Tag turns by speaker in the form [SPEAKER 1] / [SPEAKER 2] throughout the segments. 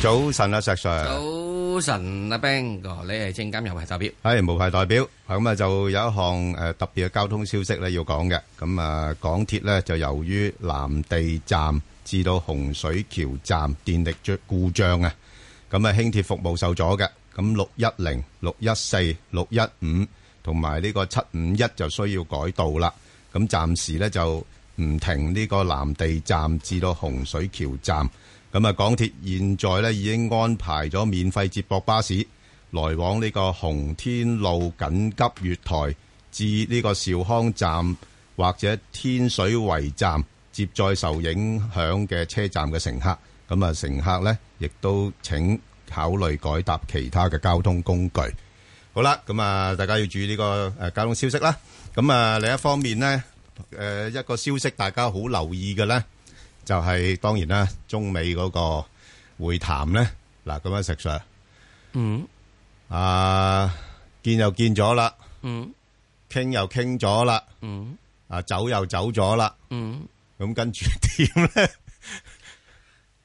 [SPEAKER 1] 早晨啊，石 Sir，
[SPEAKER 2] 早晨啊，Bang 哥，你係證監又係代表。
[SPEAKER 1] 係無牌代表，咁啊就有一項誒特別嘅交通消息咧要講嘅，咁啊港鐵咧就由於藍地站至到洪水橋站電力著故障啊，咁啊輕鐵服務受阻嘅，咁六一零、六一四、六一五同埋呢個七五一就需要改道啦，咁暫時咧就唔停呢個藍地站至到洪水橋站。咁啊，港鐵現在咧已經安排咗免費接駁巴士來往呢個洪天路緊急月台至呢個兆康站或者天水圍站接載受影響嘅車站嘅乘客。咁啊，乘客呢亦都請考慮改搭其他嘅交通工具。好啦，咁啊，大家要注意呢個誒交通消息啦。咁啊，另一方面呢，誒一個消息大家好留意嘅呢。就係當然啦，中美嗰個會談咧，嗱咁啊樣石 Sir，
[SPEAKER 2] 嗯
[SPEAKER 1] 啊見又見咗啦，
[SPEAKER 2] 嗯
[SPEAKER 1] 傾又傾咗啦，
[SPEAKER 2] 嗯
[SPEAKER 1] 啊走又走咗啦，
[SPEAKER 2] 嗯，
[SPEAKER 1] 咁跟住點咧？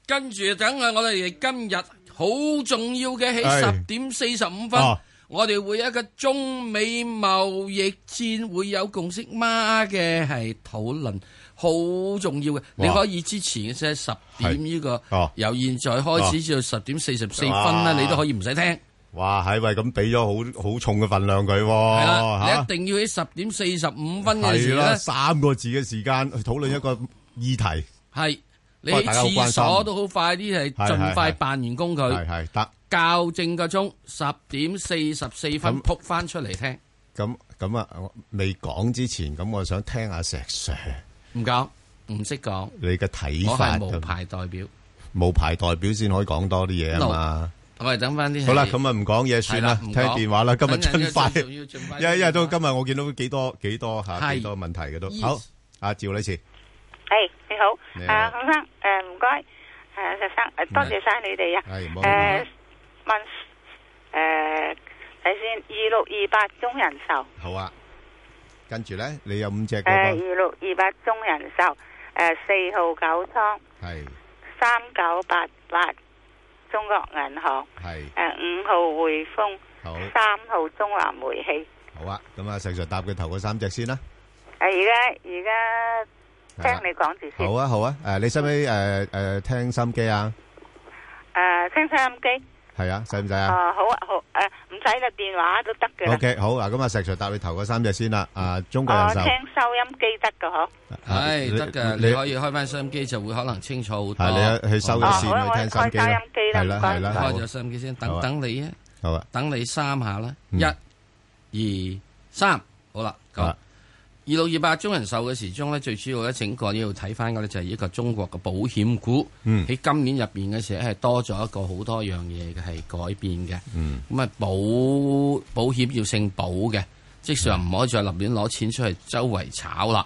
[SPEAKER 2] 跟住等下我哋今日好重要嘅喺
[SPEAKER 1] 係
[SPEAKER 2] 十點四十五分
[SPEAKER 1] 哦，
[SPEAKER 2] 我哋會有一個中美貿易戰會有共識嗎嘅係討論，好重要嘅。你
[SPEAKER 1] 哇
[SPEAKER 2] 可以之前即係十
[SPEAKER 1] 係
[SPEAKER 2] 點呢個
[SPEAKER 1] 哦，
[SPEAKER 2] 由現在開始至到十點四十四分啦，
[SPEAKER 1] 哇
[SPEAKER 2] 你都可以唔使聽。
[SPEAKER 1] 哇，係喂，咁俾咗好好重嘅份量佢喎，
[SPEAKER 2] 係啦，
[SPEAKER 1] 嚇
[SPEAKER 2] 你一定要喺十點四十五分嘅時
[SPEAKER 1] 係啦，
[SPEAKER 2] 咧。
[SPEAKER 1] 三個字嘅時間去討論一個議題，
[SPEAKER 2] 系你
[SPEAKER 1] 不過大家好
[SPEAKER 2] 喺
[SPEAKER 1] 關
[SPEAKER 2] 廁
[SPEAKER 1] 心
[SPEAKER 2] 所都好快啲，
[SPEAKER 1] 係
[SPEAKER 2] 係
[SPEAKER 1] 係
[SPEAKER 2] 盡快辦完工
[SPEAKER 1] 係
[SPEAKER 2] 佢，
[SPEAKER 1] 係得
[SPEAKER 2] 校正個鐘十點四十四分
[SPEAKER 1] 咁
[SPEAKER 2] 撲翻出嚟聽，
[SPEAKER 1] 咁咁啊！我未講之前，咁我想聽下石 Sir
[SPEAKER 2] 唔講唔識講，
[SPEAKER 1] 你嘅睇
[SPEAKER 2] 我
[SPEAKER 1] 法，
[SPEAKER 2] 係無牌代表，
[SPEAKER 1] 無牌代表先可以講多啲嘢啊嘛。
[SPEAKER 2] 我係等翻啲係。
[SPEAKER 1] 好啦，咁啊唔講嘢算啦，
[SPEAKER 2] 係啦
[SPEAKER 1] 聽
[SPEAKER 2] 唔講
[SPEAKER 1] 電話啦。今日
[SPEAKER 2] 等陣
[SPEAKER 1] 真快，
[SPEAKER 2] 仲要盡快
[SPEAKER 1] 一一日都今日我見到幾多幾多吓
[SPEAKER 2] 係
[SPEAKER 1] 幾多問題嘅都。
[SPEAKER 2] Yes
[SPEAKER 1] 好，阿趙女士，
[SPEAKER 3] 系你好
[SPEAKER 1] 你，好嗯
[SPEAKER 3] 啊，孔生，诶唔該，诶石生，誒多謝晒你哋啊，
[SPEAKER 1] 係冇
[SPEAKER 3] 诶問诶睇先，二六二八中人壽，
[SPEAKER 1] 好啊。跟住咧，你有五隻
[SPEAKER 3] 诶
[SPEAKER 1] 嗰
[SPEAKER 3] 二六二八中人壽，诶四號九倉，
[SPEAKER 1] 個係
[SPEAKER 3] 三九八八中國銀行，
[SPEAKER 1] 係
[SPEAKER 3] 诶五號匯豐，
[SPEAKER 1] 好
[SPEAKER 3] 三號中華煤氣，
[SPEAKER 1] 好啊。咁啊，石 Sir 答佢頭嗰三隻先啦。
[SPEAKER 3] 诶而家而
[SPEAKER 1] 係
[SPEAKER 3] 家
[SPEAKER 1] 啦
[SPEAKER 3] 聽你講住先
[SPEAKER 1] 好，啊，好啊。誒，你使唔使誒誒聽心機啊？
[SPEAKER 3] 诶聽收音機，
[SPEAKER 1] 係啊，使唔使啊
[SPEAKER 3] 啊好啊好，诶唔使啦，電話都得嘅啦。
[SPEAKER 1] ？OK，好啊。咁啊，石 Sir 答你頭嗰三隻先啦。啊，中國人
[SPEAKER 3] 哦，聽
[SPEAKER 1] 壽
[SPEAKER 3] 收音機得噶嗬。
[SPEAKER 1] 啊
[SPEAKER 2] 唉，
[SPEAKER 1] 你
[SPEAKER 2] 得噶，
[SPEAKER 1] 你
[SPEAKER 2] 你可以開翻收音機就會可能清楚好
[SPEAKER 1] 係
[SPEAKER 2] 多。
[SPEAKER 1] 你去收咗線
[SPEAKER 3] 哦，好
[SPEAKER 1] 去
[SPEAKER 3] 我
[SPEAKER 1] 聽
[SPEAKER 3] 開
[SPEAKER 1] 心機
[SPEAKER 3] 收
[SPEAKER 1] 啦
[SPEAKER 3] 音機。啦
[SPEAKER 1] 係啦，
[SPEAKER 3] 唔該
[SPEAKER 1] 係啦，
[SPEAKER 3] 唔該
[SPEAKER 1] 好
[SPEAKER 2] 開咗收音機先，
[SPEAKER 1] 好
[SPEAKER 2] 等
[SPEAKER 1] 啊
[SPEAKER 2] 等你啊，
[SPEAKER 1] 好啊。
[SPEAKER 2] 等你三下啦，
[SPEAKER 1] 嗯
[SPEAKER 2] 一、二、三，好啦，
[SPEAKER 1] 好
[SPEAKER 2] 咁
[SPEAKER 1] 啊。
[SPEAKER 2] 二六二八中人壽嘅時鐘咧，最主要咧整個要睇翻嘅咧就係一個中國嘅保險股，
[SPEAKER 1] 嗯
[SPEAKER 2] 喺今年入邊嘅時候係多咗一個好多樣嘢嘅係改變嘅，
[SPEAKER 1] 嗯
[SPEAKER 2] 咁啊保保險要姓保嘅，即係話唔可以再立亂攞錢出去周圍炒啦。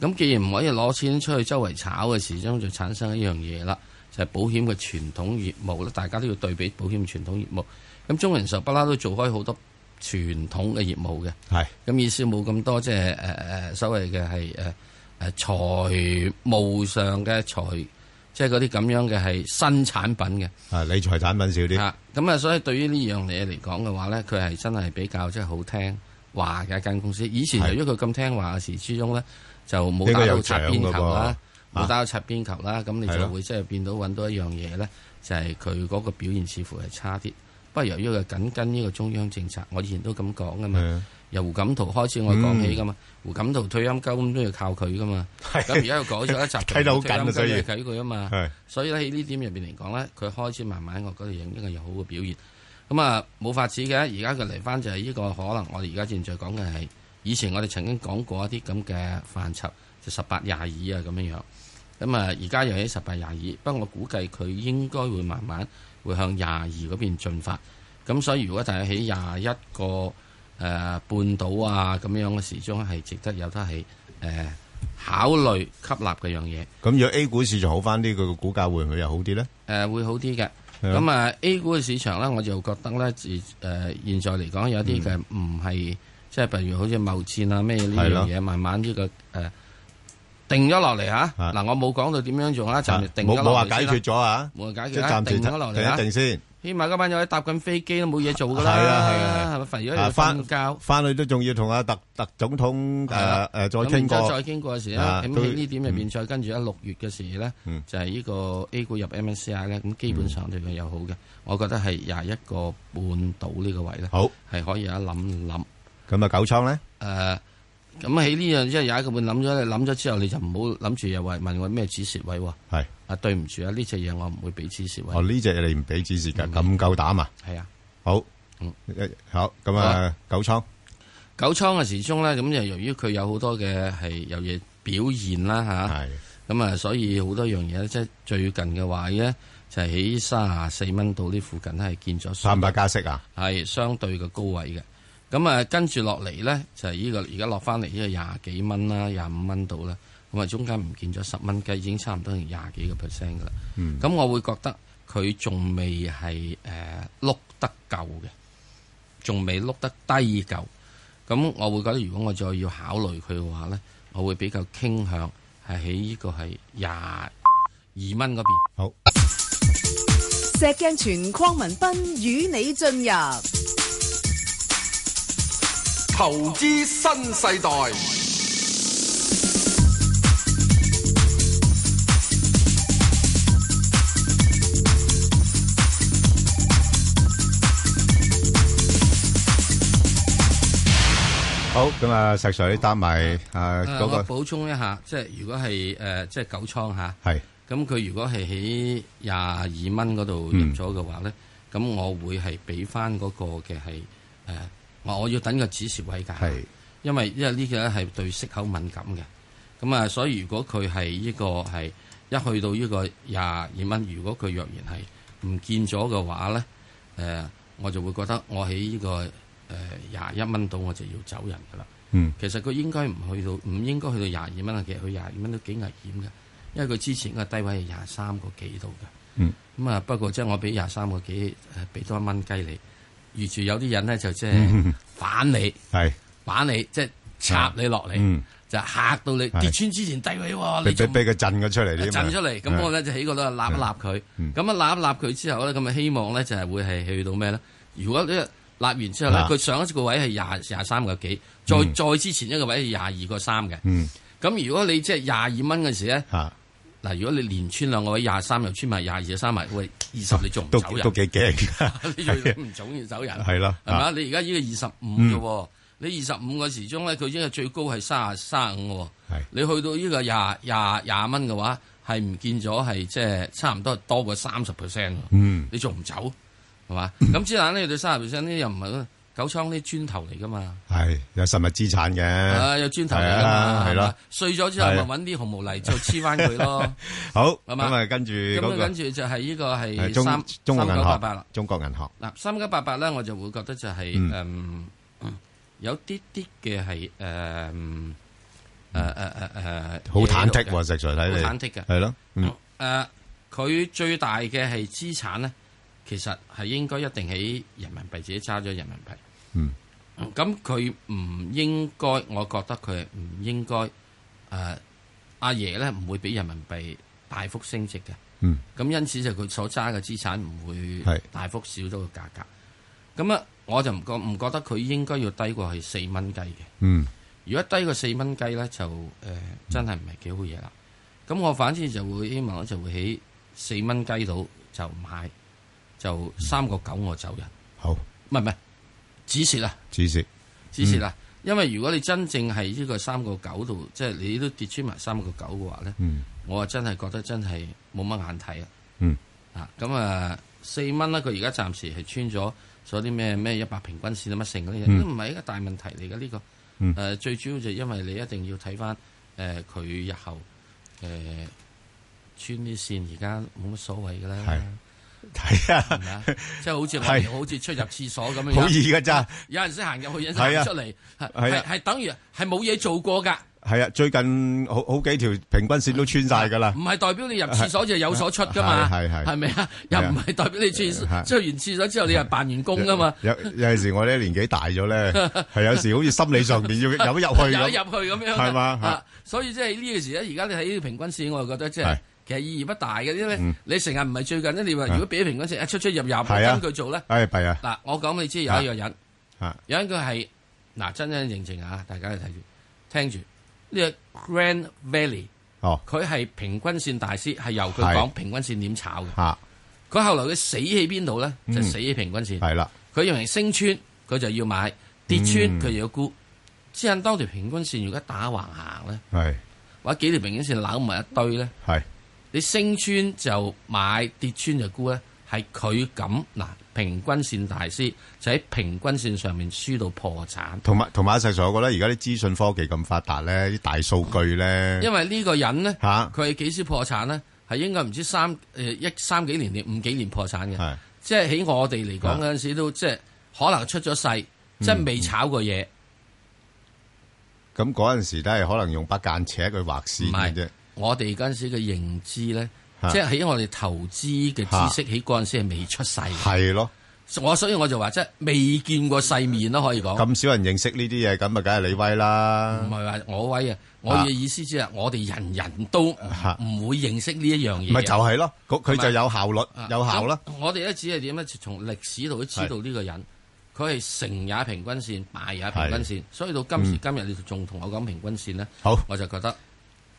[SPEAKER 2] 咁既然唔可以攞錢出去周圍炒嘅時鐘，就產生一樣嘢啦，就係、保險嘅傳統業務啦，大家都要對比保險傳統業務。咁中人壽不嬲都做開好多傳統嘅業務嘅。
[SPEAKER 1] 係
[SPEAKER 2] 咁意思冇咁多即係誒誒所謂嘅係誒誒財務上嘅財，即係嗰啲咁樣嘅係新產品
[SPEAKER 1] 啊，理財產品少
[SPEAKER 2] 嘅
[SPEAKER 1] 啲。
[SPEAKER 2] 嚇。咁啊，所以對於呢樣嘢嚟講嘅話咧，佢係真係比較即係好聽話嘅一間公司。以前
[SPEAKER 1] 係
[SPEAKER 2] 由於佢咁聽話嘅時之中咧，就冇
[SPEAKER 1] 應
[SPEAKER 2] 打
[SPEAKER 1] 該有
[SPEAKER 2] 到擦
[SPEAKER 1] 獎
[SPEAKER 2] 邊球
[SPEAKER 1] 㗎
[SPEAKER 2] 啦，
[SPEAKER 1] 噃
[SPEAKER 2] 冇打到擦邊球啦，咁你
[SPEAKER 1] 係咯
[SPEAKER 2] 就會即係變到揾到一樣嘢咧，就係佢嗰個表現似乎係差啲。不過由於佢緊跟呢個中央政策，我以前都咁講噶嘛。
[SPEAKER 1] 係啊嗯
[SPEAKER 2] 由胡錦濤開始我講起噶嘛，胡錦濤退陰鳩咁都要靠佢噶嘛，咁而家又改咗一集，
[SPEAKER 1] 睇得好緊啊所以
[SPEAKER 2] 睇佢啊嘛，
[SPEAKER 1] 係
[SPEAKER 2] 所以咧喺呢點入邊嚟講咧，佢開始慢慢我覺得影一個有好嘅表現，咁啊冇法子嘅，而家佢嚟翻就係呢個可能我哋而家現在講嘅係，以前我哋曾經講過一啲咁嘅範疇，就十八廿二啊咁樣樣，咁啊而家又喺十八廿二，不過我估計佢應該會慢慢會向廿二嗰邊進發，咁所以如果大家喺廿一個。誒、半島啊咁樣嘅時鐘係值得有得係誒、呃考慮吸納嘅樣嘢，誒、
[SPEAKER 1] 咁如果 A 股市場好翻啲，佢個股價會唔會又好啲咧？
[SPEAKER 2] 會好啲嘅。
[SPEAKER 1] 係啊
[SPEAKER 2] 咁啊 A 股嘅市場咧，我就覺得咧，自誒、現在嚟講有啲嘅唔係即係譬如好似貿戰啊咩呢
[SPEAKER 1] 係咯
[SPEAKER 2] 樣嘢，慢慢呢、個誒、定咗落嚟吓。
[SPEAKER 1] 啊
[SPEAKER 2] 嗱，我冇講到點樣做啊，暫時定
[SPEAKER 1] 冇
[SPEAKER 2] 咗
[SPEAKER 1] 冇
[SPEAKER 2] 落
[SPEAKER 1] 話
[SPEAKER 2] 嚟
[SPEAKER 1] 解
[SPEAKER 2] 先啦
[SPEAKER 1] 決咗啊？
[SPEAKER 2] 冇話解
[SPEAKER 1] 即係
[SPEAKER 2] 決啦，
[SPEAKER 1] 暫時
[SPEAKER 2] 定咗落嚟啦。
[SPEAKER 1] 定一定先。
[SPEAKER 2] 起碼嗰班友喺搭緊飛機都冇嘢做噶啦，
[SPEAKER 1] 係啊係啊
[SPEAKER 2] 係咪？凡如果
[SPEAKER 1] 啊
[SPEAKER 2] 要
[SPEAKER 1] 翻
[SPEAKER 2] 瞓覺，
[SPEAKER 1] 翻去都仲要同阿特特總統
[SPEAKER 2] 係啦
[SPEAKER 1] 誒誒再
[SPEAKER 2] 咁然
[SPEAKER 1] 傾
[SPEAKER 2] 之後
[SPEAKER 1] 過
[SPEAKER 2] 再。經過嘅時咧，
[SPEAKER 1] 啊
[SPEAKER 2] 咁
[SPEAKER 1] 都
[SPEAKER 2] 喺呢點入面再跟住一六月嘅時咧
[SPEAKER 1] 嗯，
[SPEAKER 2] 就係呢個 A 股入 MSCI 咧，咁基本上對佢有好嘅，我覺得係廿一個半到呢個位咧，
[SPEAKER 1] 好，
[SPEAKER 2] 係可以有一諗諗。
[SPEAKER 1] 咁啊九倉咧，
[SPEAKER 2] 誒，咁喺呢樣即係有一個半諗咗，你諗咗之後你就唔好諗住又話問我咩止蝕位喎。
[SPEAKER 1] 係
[SPEAKER 2] 啊，對唔住啊，呢只嘢我唔會俾止蝕
[SPEAKER 1] 哦
[SPEAKER 2] 位。
[SPEAKER 1] 呢只你唔俾指示㗎，咁夠膽啊？
[SPEAKER 2] 係啊，
[SPEAKER 1] 好
[SPEAKER 2] 嗯，
[SPEAKER 1] 一好咁啊九倉
[SPEAKER 2] 九倉嘅時鐘咧，咁就由於佢有好多嘅係有嘢表現啦吓。
[SPEAKER 1] 係
[SPEAKER 2] 咁啊，所以好多樣嘢咧，即係最近嘅話咧，就係喺三十四蚊度呢附近咧係見咗
[SPEAKER 1] 三
[SPEAKER 2] 相
[SPEAKER 1] 百加息啊？
[SPEAKER 2] 係相對嘅高位嘅。咁啊，跟住落嚟咧，就係呢、個而家落翻嚟呢個廿幾蚊啦，廿五蚊度啦。咁啊，中間唔見咗十蚊雞，已經差唔多係廿幾個 percent 噶啦。
[SPEAKER 1] 嗯
[SPEAKER 2] 咁、我會覺得佢仲未係誒碌得夠嘅，仲未碌得低夠。咁我會覺得，如果我再要考慮佢嘅話咧，我會比較傾向係喺呢個係廿二蚊嗰邊。
[SPEAKER 1] 好，
[SPEAKER 4] 石鏡泉邝文斌與你進入
[SPEAKER 5] 投資新世代，
[SPEAKER 1] 好咁啊石 Sir 你答埋啊
[SPEAKER 2] 誒
[SPEAKER 1] 嗰
[SPEAKER 2] 我
[SPEAKER 1] 個
[SPEAKER 2] 補充一下，即係如果係誒、呃即係九倉嚇。
[SPEAKER 1] 係
[SPEAKER 2] 咁佢如果係喺廿二蚊嗰度入咗嘅話咧，咁、我會係俾翻嗰個嘅係誒，我我要等個指示位㗎，
[SPEAKER 1] 係
[SPEAKER 2] 因為因為呢個咧係對息口敏感嘅，咁啊，所以如果佢係呢個係一去到呢個廿二蚊，如果佢若然係唔見咗嘅話咧，誒、我就會覺得我喺呢、個誒廿一蚊度我就要走人㗎啦。
[SPEAKER 1] 嗯
[SPEAKER 2] 其實佢應該唔去到，唔應該去到廿二蚊啊！其實佢廿二蚊都幾危險嘅，因為佢之前個低位係廿三個幾度嘅。
[SPEAKER 1] 嗯。
[SPEAKER 2] 咁啊，不過即係我俾廿三個幾，誒俾多一蚊雞你，預住有啲人咧就即
[SPEAKER 1] 嗯
[SPEAKER 2] 係反你，
[SPEAKER 1] 係
[SPEAKER 2] 反你，即係插你落嚟
[SPEAKER 1] 嗯，
[SPEAKER 2] 就嚇到你
[SPEAKER 1] 係
[SPEAKER 2] 跌穿之前低位
[SPEAKER 1] 俾
[SPEAKER 2] 喎，你
[SPEAKER 1] 俾
[SPEAKER 2] 仲
[SPEAKER 1] 俾佢震咗出嚟添啊，
[SPEAKER 2] 震出嚟，咁我咧就喺嗰度揦一揦佢，
[SPEAKER 1] 嗯
[SPEAKER 2] 咁啊揦一揦佢之後咧，咁啊希望咧就係會係去到咩咧？如果呢個揦完之後咧，
[SPEAKER 1] 啊
[SPEAKER 2] 佢上一個位係廿廿三個幾，再再之前一個位係廿二個三嘅。
[SPEAKER 1] 嗯
[SPEAKER 2] 咁如果你即係廿二蚊嘅時咧，
[SPEAKER 1] 吓
[SPEAKER 2] 嗱，如果你連穿兩個位廿三又穿埋廿二三埋，喂二十你仲唔
[SPEAKER 1] 啊都
[SPEAKER 2] 走
[SPEAKER 1] 都
[SPEAKER 2] 人？
[SPEAKER 1] 幾驚，
[SPEAKER 2] 你仲唔早要走人？
[SPEAKER 1] 係啊嗯咯
[SPEAKER 2] 係嘛？你而家呢個二十五啫喎，你二十五個時鐘咧，佢已經係最高係三十三五喎。
[SPEAKER 1] 係
[SPEAKER 2] 你去到呢個廿廿廿蚊嘅話，係唔見咗係即係差唔多多過三十 percent
[SPEAKER 1] 嗯
[SPEAKER 2] 你仲唔走係嘛？咁之但呢，對三十 percent 呢又唔係九倉呢磚頭嚟噶嘛？
[SPEAKER 1] 係有實物資產嘅。
[SPEAKER 2] 啊，有磚頭嚟噶
[SPEAKER 1] 係
[SPEAKER 2] 嘛？
[SPEAKER 1] 啊係
[SPEAKER 2] 係
[SPEAKER 1] 咯
[SPEAKER 2] 嘛？碎咗之後
[SPEAKER 1] 係
[SPEAKER 2] 咪
[SPEAKER 1] 啊
[SPEAKER 2] 揾啲紅毛泥就黐翻佢 咯。
[SPEAKER 1] 好
[SPEAKER 2] 係
[SPEAKER 1] 咁
[SPEAKER 2] 嘛
[SPEAKER 1] 啊，跟住
[SPEAKER 2] 咁
[SPEAKER 1] 嗰
[SPEAKER 2] 啊
[SPEAKER 1] 個
[SPEAKER 2] 跟住就係呢個
[SPEAKER 1] 係
[SPEAKER 2] 係
[SPEAKER 1] 中
[SPEAKER 2] 三
[SPEAKER 1] 中國
[SPEAKER 2] 三
[SPEAKER 1] 銀
[SPEAKER 2] 九八八啦
[SPEAKER 1] 行，。中國銀行
[SPEAKER 2] 嗱，三九八八咧，我就會覺得就係、
[SPEAKER 1] 嗯
[SPEAKER 2] 誒、嗯有啲啲嘅係誒誒誒誒誒，
[SPEAKER 1] 好忐忑
[SPEAKER 2] 嘢喺度
[SPEAKER 1] 喎，石 Sir 睇你
[SPEAKER 2] 好忐忑嘅
[SPEAKER 1] 係咯，嗯
[SPEAKER 2] 嘅。誒，佢、最大嘅係資產咧，其實係應該一定喺人民幣自己揸咗人民幣。
[SPEAKER 1] 嗯
[SPEAKER 2] 咁佢唔應該，我覺得佢唔應該誒，阿、爺咧唔會俾人民幣大幅升值嘅。
[SPEAKER 1] 嗯
[SPEAKER 2] 咁因此就佢所揸嘅資產唔
[SPEAKER 1] 係
[SPEAKER 2] 會大幅少咗個價格。咁啊，我就唔覺唔覺得佢應該要低過係四蚊雞嘅。
[SPEAKER 1] 嗯
[SPEAKER 2] 如果低過四蚊雞咧，就誒、呃真係唔係幾好嘢啦。咁我反之就會希望就會喺四蚊雞度就買，就三個九我走人，
[SPEAKER 1] 好，
[SPEAKER 2] 唔係唔係止蝕啊，
[SPEAKER 1] 主席
[SPEAKER 2] 止蝕啊！因為如果你真正係呢個三個九度，即係你都跌穿埋三個九嘅話咧，
[SPEAKER 1] 嗯
[SPEAKER 2] 我啊真係覺得真係冇乜眼睇啊！
[SPEAKER 1] 嗯
[SPEAKER 2] 啊，咁啊四蚊啦，佢而家暫時係穿咗所啲咩咩一百平均線啊乜剩嗰啲嘢，
[SPEAKER 1] 嗯
[SPEAKER 2] 都唔係一個大問題嚟嘅呢個。誒、
[SPEAKER 1] 嗯
[SPEAKER 2] 最主要就因為你一定要睇翻誒佢日後誒、呃穿啲線，而家冇乜所謂㗎啦。
[SPEAKER 1] 係係啊，
[SPEAKER 2] 係咪啊？即係好似我
[SPEAKER 1] 係
[SPEAKER 2] 哋好似出入廁所 咁樣。
[SPEAKER 1] 好易㗎咋，
[SPEAKER 2] 有陣時行入去，有
[SPEAKER 1] 係啊
[SPEAKER 2] 陣時行出嚟，
[SPEAKER 1] 係啊
[SPEAKER 2] 係係等於係冇嘢做過㗎。
[SPEAKER 1] 係啊，最近好好幾條平均線都穿晒㗎啦。
[SPEAKER 2] 唔係代表你入廁所就有所出噶嘛，
[SPEAKER 1] 係係係
[SPEAKER 2] 係咪啊？又唔係代表你廁所
[SPEAKER 1] 係
[SPEAKER 2] 出完廁所之後你又扮完工噶嘛，
[SPEAKER 1] 有有阵时我咧年紀大咗 咧，係有時好似心理上面要有入去
[SPEAKER 2] 又入
[SPEAKER 1] 咁
[SPEAKER 2] 去。咁樣
[SPEAKER 1] 係嘛
[SPEAKER 2] 啊所以即係呢個時咧，而家你喺呢個平均線，我就覺得即係
[SPEAKER 1] 係
[SPEAKER 2] 其實意義不大嘅，因為
[SPEAKER 1] 嗯
[SPEAKER 2] 你成日唔係最近咧，你話如果俾平均線一出出入入
[SPEAKER 1] 係啊
[SPEAKER 2] 跟佢做咧，
[SPEAKER 1] 唉，弊啊，
[SPEAKER 2] 嗱，我講你知有一個人
[SPEAKER 1] 啊，
[SPEAKER 2] 有一個係嗱真真正正啊，大家睇住聽住呢個 Grand Valley，
[SPEAKER 1] 哦，
[SPEAKER 2] 佢係平均線大師，係由佢
[SPEAKER 1] 係
[SPEAKER 2] 講平均線點炒嘅。
[SPEAKER 1] 吓，
[SPEAKER 2] 佢後來佢死喺邊度咧？就
[SPEAKER 1] 嗯
[SPEAKER 2] 死喺平均線。
[SPEAKER 1] 係啦，
[SPEAKER 2] 佢認為升穿佢就要買，跌穿
[SPEAKER 1] 嗯
[SPEAKER 2] 佢就要沽。之但當條平均線如果打橫行咧，
[SPEAKER 1] 係
[SPEAKER 2] 或者幾條平均線扭埋一堆咧，
[SPEAKER 1] 係
[SPEAKER 2] 你升穿就買，跌穿就沽咧，係佢咁嗱。平均線大師就喺平均線上面輸到破產，
[SPEAKER 1] 同埋同埋，實上我覺得而家啲資訊科技咁發達咧，啲大數據咧，
[SPEAKER 2] 因為呢個人咧，
[SPEAKER 1] 吓
[SPEAKER 2] 佢係幾時破產咧？係應該唔知三誒一三幾年定五幾年破產嘅。
[SPEAKER 1] 係
[SPEAKER 2] 即係喺我哋嚟
[SPEAKER 1] 啊
[SPEAKER 2] 講嗰陣時都即係可能出咗世，
[SPEAKER 1] 嗯
[SPEAKER 2] 即係未炒過嘢，
[SPEAKER 1] 咁嗰陣時都係可能用把間尺去畫線
[SPEAKER 2] 唔
[SPEAKER 1] 嘅
[SPEAKER 2] 係
[SPEAKER 1] 啫。
[SPEAKER 2] 我哋嗰陣時嘅認知咧，
[SPEAKER 1] 嚇
[SPEAKER 2] 即係喺我哋投資嘅
[SPEAKER 1] 啊
[SPEAKER 2] 知識喺嗰陣時係未出世嘅，
[SPEAKER 1] 係咯，
[SPEAKER 2] 我所以我就話即係未見過世面咯，可以講。
[SPEAKER 1] 咁少人認識呢啲嘢，咁啊，梗係李威
[SPEAKER 2] 唔
[SPEAKER 1] 啦。
[SPEAKER 2] 係話我威啊！我
[SPEAKER 1] 嚇
[SPEAKER 2] 嘅意思即係我哋人人都唔
[SPEAKER 1] 嚇
[SPEAKER 2] 唔會認識呢一樣嘢。
[SPEAKER 1] 啊咪就係咯，佢佢就有效率
[SPEAKER 2] 啊，
[SPEAKER 1] 有效啦。。
[SPEAKER 2] 咁我哋咧只係點咧？就從歷史度都知道呢個人，佢係成也平均線，敗也平均線。所以到今
[SPEAKER 1] 嗯
[SPEAKER 2] 時今日，你仲同我講平均線咧，
[SPEAKER 1] 好，
[SPEAKER 2] 我就覺得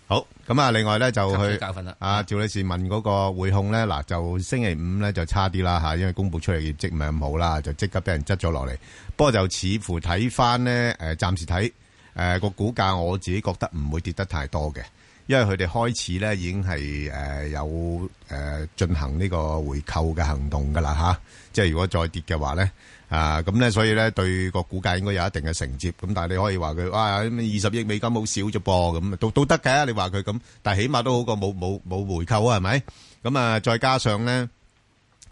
[SPEAKER 1] 好，咁啊，另外咧就
[SPEAKER 2] 吸取
[SPEAKER 1] 去
[SPEAKER 2] 教訓啦。
[SPEAKER 1] 啊，趙女士問嗰個匯控咧，嗱就星期五咧就差啲啦嚇，因為公佈出嚟業績唔係咁好啦，就即刻俾人執咗落嚟。不過就似乎睇翻咧誒，暫時睇誒個股價，我自己覺得唔會跌得太多嘅，因為佢哋開始咧已經係誒、呃有誒、呃、進行呢個回購嘅行動噶啦嚇，即係如果再跌嘅話咧。啊，咁咧，所以咧對個股價應該有一定嘅承接，咁但係你可以話佢，哇，咁二十億美金好少啫噃，咁都都得嘅，你話佢咁，但係起碼都好過冇冇冇回購啊，係咪？咁啊，再加上咧，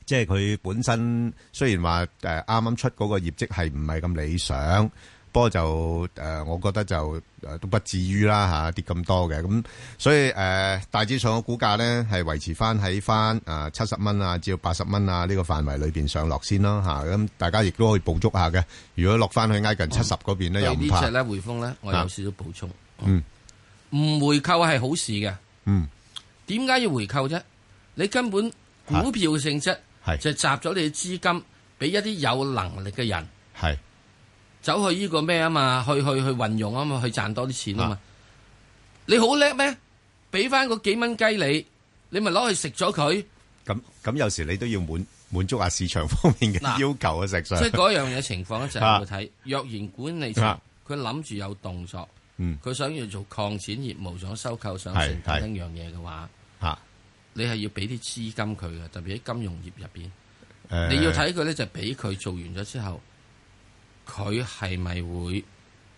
[SPEAKER 1] 即係佢本身雖然話誒啱啱出嗰個業績係唔係咁理想，不過就誒、呃我覺得就誒、呃都不至於啦嚇、跌咁多嘅，咁所以誒、呃大致上嘅股價咧係維持翻喺翻啊七十蚊啊至到八十蚊啊呢個範圍裏邊上落先咯嚇，咁、大家亦都可以捕捉下嘅。如果落翻去挨近七十嗰邊咧，
[SPEAKER 2] 對
[SPEAKER 1] 又唔
[SPEAKER 2] 哦呢
[SPEAKER 1] 怕
[SPEAKER 2] 只，咧匯豐咧，我有
[SPEAKER 1] 啊
[SPEAKER 2] 少少補充。
[SPEAKER 1] 嗯，
[SPEAKER 2] 唔回購係好事嘅，
[SPEAKER 1] 嗯
[SPEAKER 2] 點解要回購啫？你根本股票嘅性質
[SPEAKER 1] 係
[SPEAKER 2] 就集咗你嘅資金俾一啲有能力嘅人。
[SPEAKER 1] 係
[SPEAKER 2] 走去呢個咩啊嘛，去去去運用啊嘛，去賺多啲錢啊嘛。你好叻咩？俾翻嗰幾蚊雞你，你咪攞去食咗佢。
[SPEAKER 1] 咁咁有時你都要滿滿足下市場方面嘅
[SPEAKER 2] 嗱
[SPEAKER 1] 要求啊，石 Sir
[SPEAKER 2] 即係嗰樣嘢情況咧，就係
[SPEAKER 1] 啊
[SPEAKER 2] 要睇若然管理層
[SPEAKER 1] 啊
[SPEAKER 2] 佢諗住有動作，
[SPEAKER 1] 嗯
[SPEAKER 2] 佢想要做擴展業務，想收購、想
[SPEAKER 1] 係
[SPEAKER 2] 成等
[SPEAKER 1] 係
[SPEAKER 2] 等樣嘢嘅話，
[SPEAKER 1] 嚇誒、
[SPEAKER 2] 你係要俾啲資金佢嘅，特別喺金融業入邊，
[SPEAKER 1] 呃
[SPEAKER 2] 你要睇佢咧就俾佢做完咗之後，佢係咪會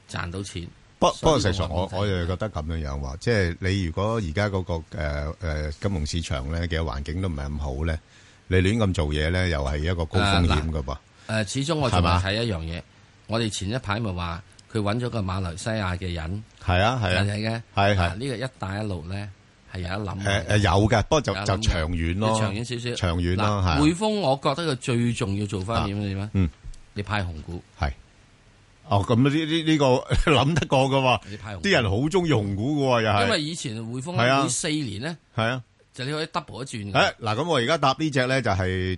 [SPEAKER 2] 賺到錢？
[SPEAKER 1] 不不
[SPEAKER 2] 所以
[SPEAKER 1] 過，實上
[SPEAKER 2] 我
[SPEAKER 1] 我
[SPEAKER 2] 唔
[SPEAKER 1] 我
[SPEAKER 2] 睇
[SPEAKER 1] 又覺得咁樣樣喎，即係你如果而家嗰個誒、呃呃金融市場咧嘅環境都唔係咁好咧，你亂咁做嘢咧，又係一個高風
[SPEAKER 2] 啊
[SPEAKER 1] 險噶噃。
[SPEAKER 2] 誒、始終我仲
[SPEAKER 1] 係嘛
[SPEAKER 2] 係睇一樣嘢。我哋前一排咪話佢揾咗個馬來西亞嘅人，
[SPEAKER 1] 係啊係
[SPEAKER 2] 人
[SPEAKER 1] 啊
[SPEAKER 2] 嚟嘅，
[SPEAKER 1] 係
[SPEAKER 2] 嗱
[SPEAKER 1] 係
[SPEAKER 2] 呢個一帶一路咧係有一諗
[SPEAKER 1] 誒
[SPEAKER 2] 嘅，
[SPEAKER 1] 誒有嘅，不過就
[SPEAKER 2] 嗯有諗
[SPEAKER 1] 就
[SPEAKER 2] 嘅
[SPEAKER 1] 長遠
[SPEAKER 2] 你
[SPEAKER 1] 咯，
[SPEAKER 2] 長遠少少，
[SPEAKER 1] 長遠咯
[SPEAKER 2] 嗱
[SPEAKER 1] 係啊
[SPEAKER 2] 匯豐我覺得佢最重要做翻點點
[SPEAKER 1] 嗯
[SPEAKER 2] 咧？你派紅股，
[SPEAKER 1] 係。哦，咁呢呢呢個 諗得過噶喎，
[SPEAKER 2] 你派紅股，
[SPEAKER 1] 啲人好中意紅股噶喎，又
[SPEAKER 2] 因
[SPEAKER 1] 係
[SPEAKER 2] 為以前匯豐
[SPEAKER 1] 係啊
[SPEAKER 2] 咧每四年咧
[SPEAKER 1] 係啊。
[SPEAKER 2] 就你可以 double 一轉嘅，
[SPEAKER 1] 誒，嗱，咁我而家答呢隻呢，就係，誒，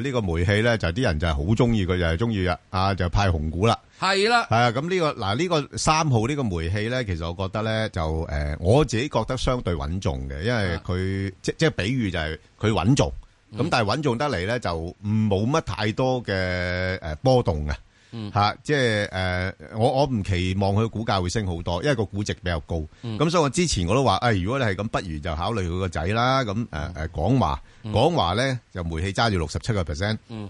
[SPEAKER 1] 呢個煤氣呢，就啲人就係好鍾意佢，就係鍾意啊，啊，就派紅股啦。
[SPEAKER 2] 係啦，
[SPEAKER 1] 係啊，咁呢個-嗱，呢個三號呢個煤氣呢，其實我覺得呢，就，誒，我自己覺得相對穩重嘅，因為
[SPEAKER 2] 啊。嗯
[SPEAKER 1] 佢-即-即係比喻就係佢穩重，咁但係穩重得嚟呢，就唔冇乜太多嘅，誒，波動嘅，
[SPEAKER 2] 嗯
[SPEAKER 1] 嚇，即係，誒，我-我唔期望佢股價會升好多，因為個估值比較高，
[SPEAKER 2] 嗯
[SPEAKER 1] 咁所以我之前我都話，誒、哎如果你係咁，不如就考慮佢個仔啦。咁誒
[SPEAKER 2] 嗯
[SPEAKER 1] 誒，廣華，廣華咧就煤氣揸住六十七個 percent。
[SPEAKER 2] 嗯。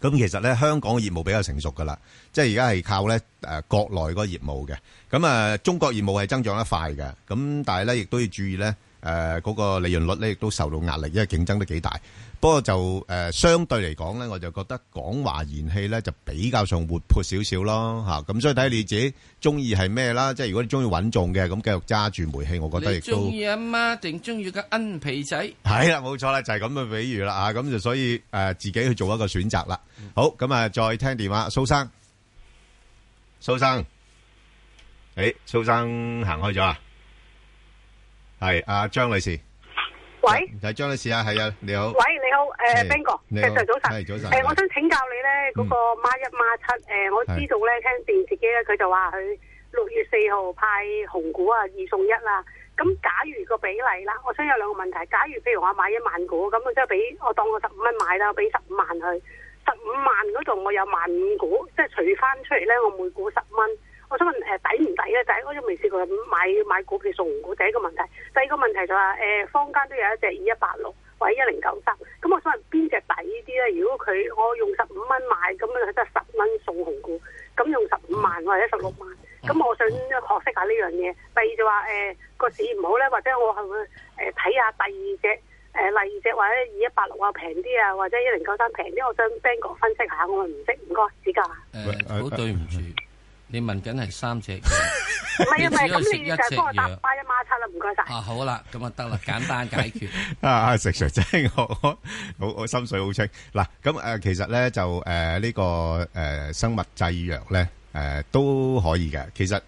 [SPEAKER 1] 咁其實咧，香港嘅業務比較成熟噶啦，即係而家係靠咧誒、呃國內嗰個業務嘅。咁啊、中國業務係增長得快嘅。咁但係咧，亦都要注意咧誒、誒嗰個利潤率咧，亦都受到壓力，因為競爭都幾大。不過就誒、呃相對嚟講咧，我就覺得港華燃氣咧就比較上活潑少少咯
[SPEAKER 2] 嗯
[SPEAKER 1] 嚇。咁、所以睇下你自己中意係咩啦。即係如果你中意穩重嘅，咁繼續揸住煤氣，我覺得亦
[SPEAKER 2] 你中
[SPEAKER 1] 都
[SPEAKER 2] 意阿媽定中意個恩皮仔？
[SPEAKER 1] 係啦，冇錯啦，就係咁嘅比喻啦啊。咁就所以誒、呃自己去做一個選擇啦。好，咁啊再聽電話，蘇生，蘇生，誒、蘇生行開咗啊？係阿張女士。
[SPEAKER 6] 喂
[SPEAKER 1] 係張女士啊，係啊，你好。
[SPEAKER 6] 喂，你好，
[SPEAKER 1] 係
[SPEAKER 6] 誒 Ben 哥，
[SPEAKER 1] 你
[SPEAKER 6] 石
[SPEAKER 1] 好
[SPEAKER 6] Sir 早晨，
[SPEAKER 1] 係早晨嗯
[SPEAKER 6] 誒，我想請教你咧，嗰個孖一孖七，誒，我知道咧，聽電視機咧，佢就話佢六月四號派紅股啊，二送一啦。咁假如個比例啦，我想有兩個問題。假如譬如我買一萬股，咁我即係俾我當我十五蚊買啦，我俾十五萬佢，十五萬嗰度我有萬五股，即係除翻出嚟咧，我每股十蚊。我想問誒、抵唔抵咧？就係我都未試過買買股票送紅股，第一個問題。第二個問題就話、誒、坊間都有一隻二一八六或者一零九三，咁我想問邊只抵啲咧？如果佢我用十五蚊買，咁樣佢得十蚊送紅股，咁用十五萬或者十六萬，咁我想呃學識下呢樣嘢。第二就話誒個市唔好咧，或者我係會誒睇下第二隻。誒第二隻或者二一八六啊平啲啊，或者一零九三平啲，我想 Ben 哥分析下，我唔識，唔該指教下。
[SPEAKER 1] 喂
[SPEAKER 2] 誒，
[SPEAKER 1] 誒
[SPEAKER 2] 好
[SPEAKER 1] 誒
[SPEAKER 2] 對唔住，你問緊係 三隻嘢。
[SPEAKER 6] 唔係啊，唔係
[SPEAKER 2] 你只可以
[SPEAKER 6] 咁，你
[SPEAKER 2] 食一
[SPEAKER 6] 就
[SPEAKER 2] 隻
[SPEAKER 6] 係幫我搭
[SPEAKER 2] 藥
[SPEAKER 6] 八一孖七啦，唔該晒。
[SPEAKER 2] 啊，好啦，咁啊得啦，簡單解決。
[SPEAKER 1] 啊啊，石 Sir 真係我我我我心水好清。嗱，咁誒、呃其實咧就誒呢、個誒、呃生物製藥咧誒都可以嘅。其實誒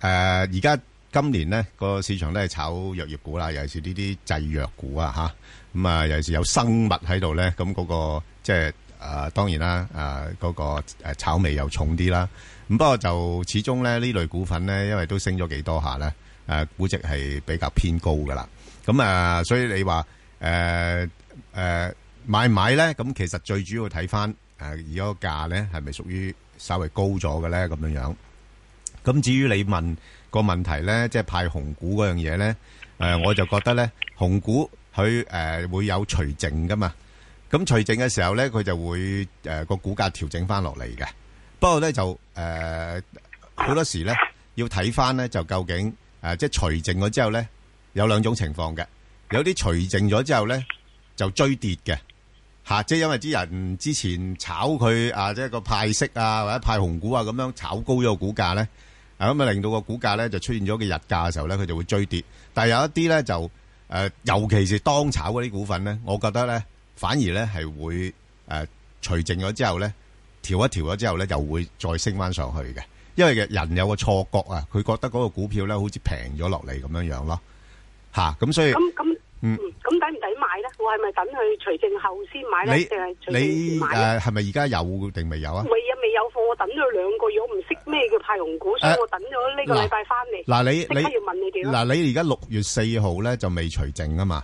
[SPEAKER 1] 呃而家今年咧個市場咧係炒藥業股啦，尤其是呢啲製藥股啊吓，咁啊，尤其是有生物喺度咧，咁嗰、個即係誒、呃、當然啦，誒、嗰、個誒炒味又重啲啦。咁不過就始終咧呢類股份咧，因為都升咗幾多下咧，誒、呃估值係比較偏高噶啦。咁啊，所以你話誒誒買唔買咧？咁其實最主要睇翻誒而家個價咧，係咪屬於稍微高咗嘅咧？咁樣樣。咁至於你問個問題咧，即係派紅股嗰樣嘢咧，誒、我就覺得咧，紅股佢誒、呃會有除淨噶嘛。咁除淨嘅時候咧，佢就會誒個、股價調整翻落嚟嘅。不過咧就誒好、多時咧要睇翻咧，就究竟誒、即係除淨咗之後咧，有兩種情況嘅。有啲除淨咗之後咧，就追跌嘅。吓，即係因為啲人之前炒佢啊，即係個派息啊，或者派紅股啊，咁樣炒高咗個股價咧，啊咁啊令到個股價咧就出現咗個日價嘅時候咧，佢就會追跌。但係有一啲咧就誒、呃尤其是當炒嗰啲股份咧，我覺得咧反而咧係會誒除淨咗之後咧，調一調咗之後咧，又會再升翻上去嘅。因為人有個錯覺啊，佢覺得嗰個股票咧好似平咗落嚟咁樣樣咯，吓、咁所以。
[SPEAKER 6] 咁咁
[SPEAKER 1] 嗯
[SPEAKER 6] 嗯，咁抵唔抵買咧？我係咪等佢除證後先買咧，
[SPEAKER 1] 你
[SPEAKER 6] 定係除證
[SPEAKER 1] 你
[SPEAKER 6] 先買
[SPEAKER 1] 誒
[SPEAKER 6] 咧？
[SPEAKER 1] 係咪而家有定未有啊？
[SPEAKER 6] 未啊，未有貨，我等咗兩個月，我唔識咩叫派紅股，所以
[SPEAKER 1] 誒
[SPEAKER 6] 我等咗呢個禮拜翻嚟。
[SPEAKER 1] 嗱你
[SPEAKER 6] 即刻要
[SPEAKER 1] 你
[SPEAKER 6] 問你哋咯。
[SPEAKER 1] 嗱你而家六月四號咧就未除淨啊嘛，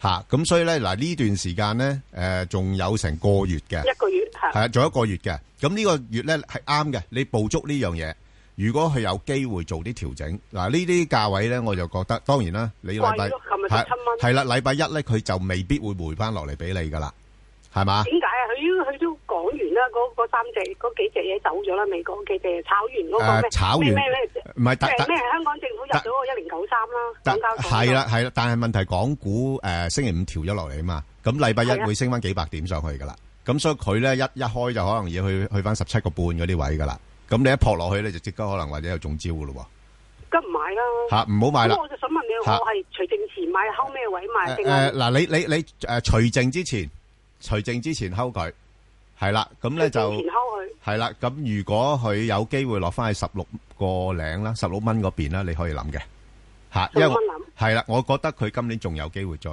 [SPEAKER 1] 吓咁所以咧嗱呢段時間咧誒仲有成個月嘅。
[SPEAKER 6] 一個月係
[SPEAKER 1] 係啊，仲有一個月嘅。咁呢個月咧係啱嘅，你捕捉呢樣嘢。如果佢有機會做啲調整，嗱呢啲價位咧，我就覺得當然啦，你禮拜
[SPEAKER 6] 貴咯琴日
[SPEAKER 1] 係
[SPEAKER 6] 17蚊
[SPEAKER 1] 係啦，禮拜一咧佢就未必會回翻落嚟俾你噶啦，係嘛？
[SPEAKER 6] 點解啊？佢佢都講完啦，嗰嗰三隻嗰幾隻嘢走咗啦，美國嗰幾隻嘢炒完嗰個
[SPEAKER 1] 誒
[SPEAKER 6] 咩
[SPEAKER 1] 炒完
[SPEAKER 6] 咩咩咩
[SPEAKER 1] 唔係特
[SPEAKER 6] 誒
[SPEAKER 1] 特
[SPEAKER 6] 咩香港政府入咗個一零九三啦，
[SPEAKER 1] 但
[SPEAKER 6] 港交所
[SPEAKER 1] 係啦，係啦，但係問題港股誒、呃星期五調咗落嚟啊嘛，咁禮拜
[SPEAKER 6] 係
[SPEAKER 1] 一
[SPEAKER 6] 啊
[SPEAKER 1] 會升翻幾百點上去噶啦，咁所以佢咧一一開就可能要去去翻十七個半嗰啲位噶啦，咁你一撲落去咧就即刻可能或者又中招噶咯
[SPEAKER 6] 咁唔買啦。
[SPEAKER 1] 喎，吓唔好買啦
[SPEAKER 6] 咁。我就想問你，
[SPEAKER 1] 嚇
[SPEAKER 6] 我係除證前買，後咩位買定
[SPEAKER 1] 誒
[SPEAKER 6] 係
[SPEAKER 1] 嗱，你你你誒除證之前，除證之前睺佢係啦，咁咧
[SPEAKER 6] 除
[SPEAKER 1] 就
[SPEAKER 6] 證前拋佢？
[SPEAKER 1] 係啦，咁如果佢有機會落翻去十六個零啦，十六蚊嗰邊啦，你可以諗嘅嚇，因為我
[SPEAKER 6] 16蚊諗
[SPEAKER 1] 係啦，我覺得佢今年仲有機會再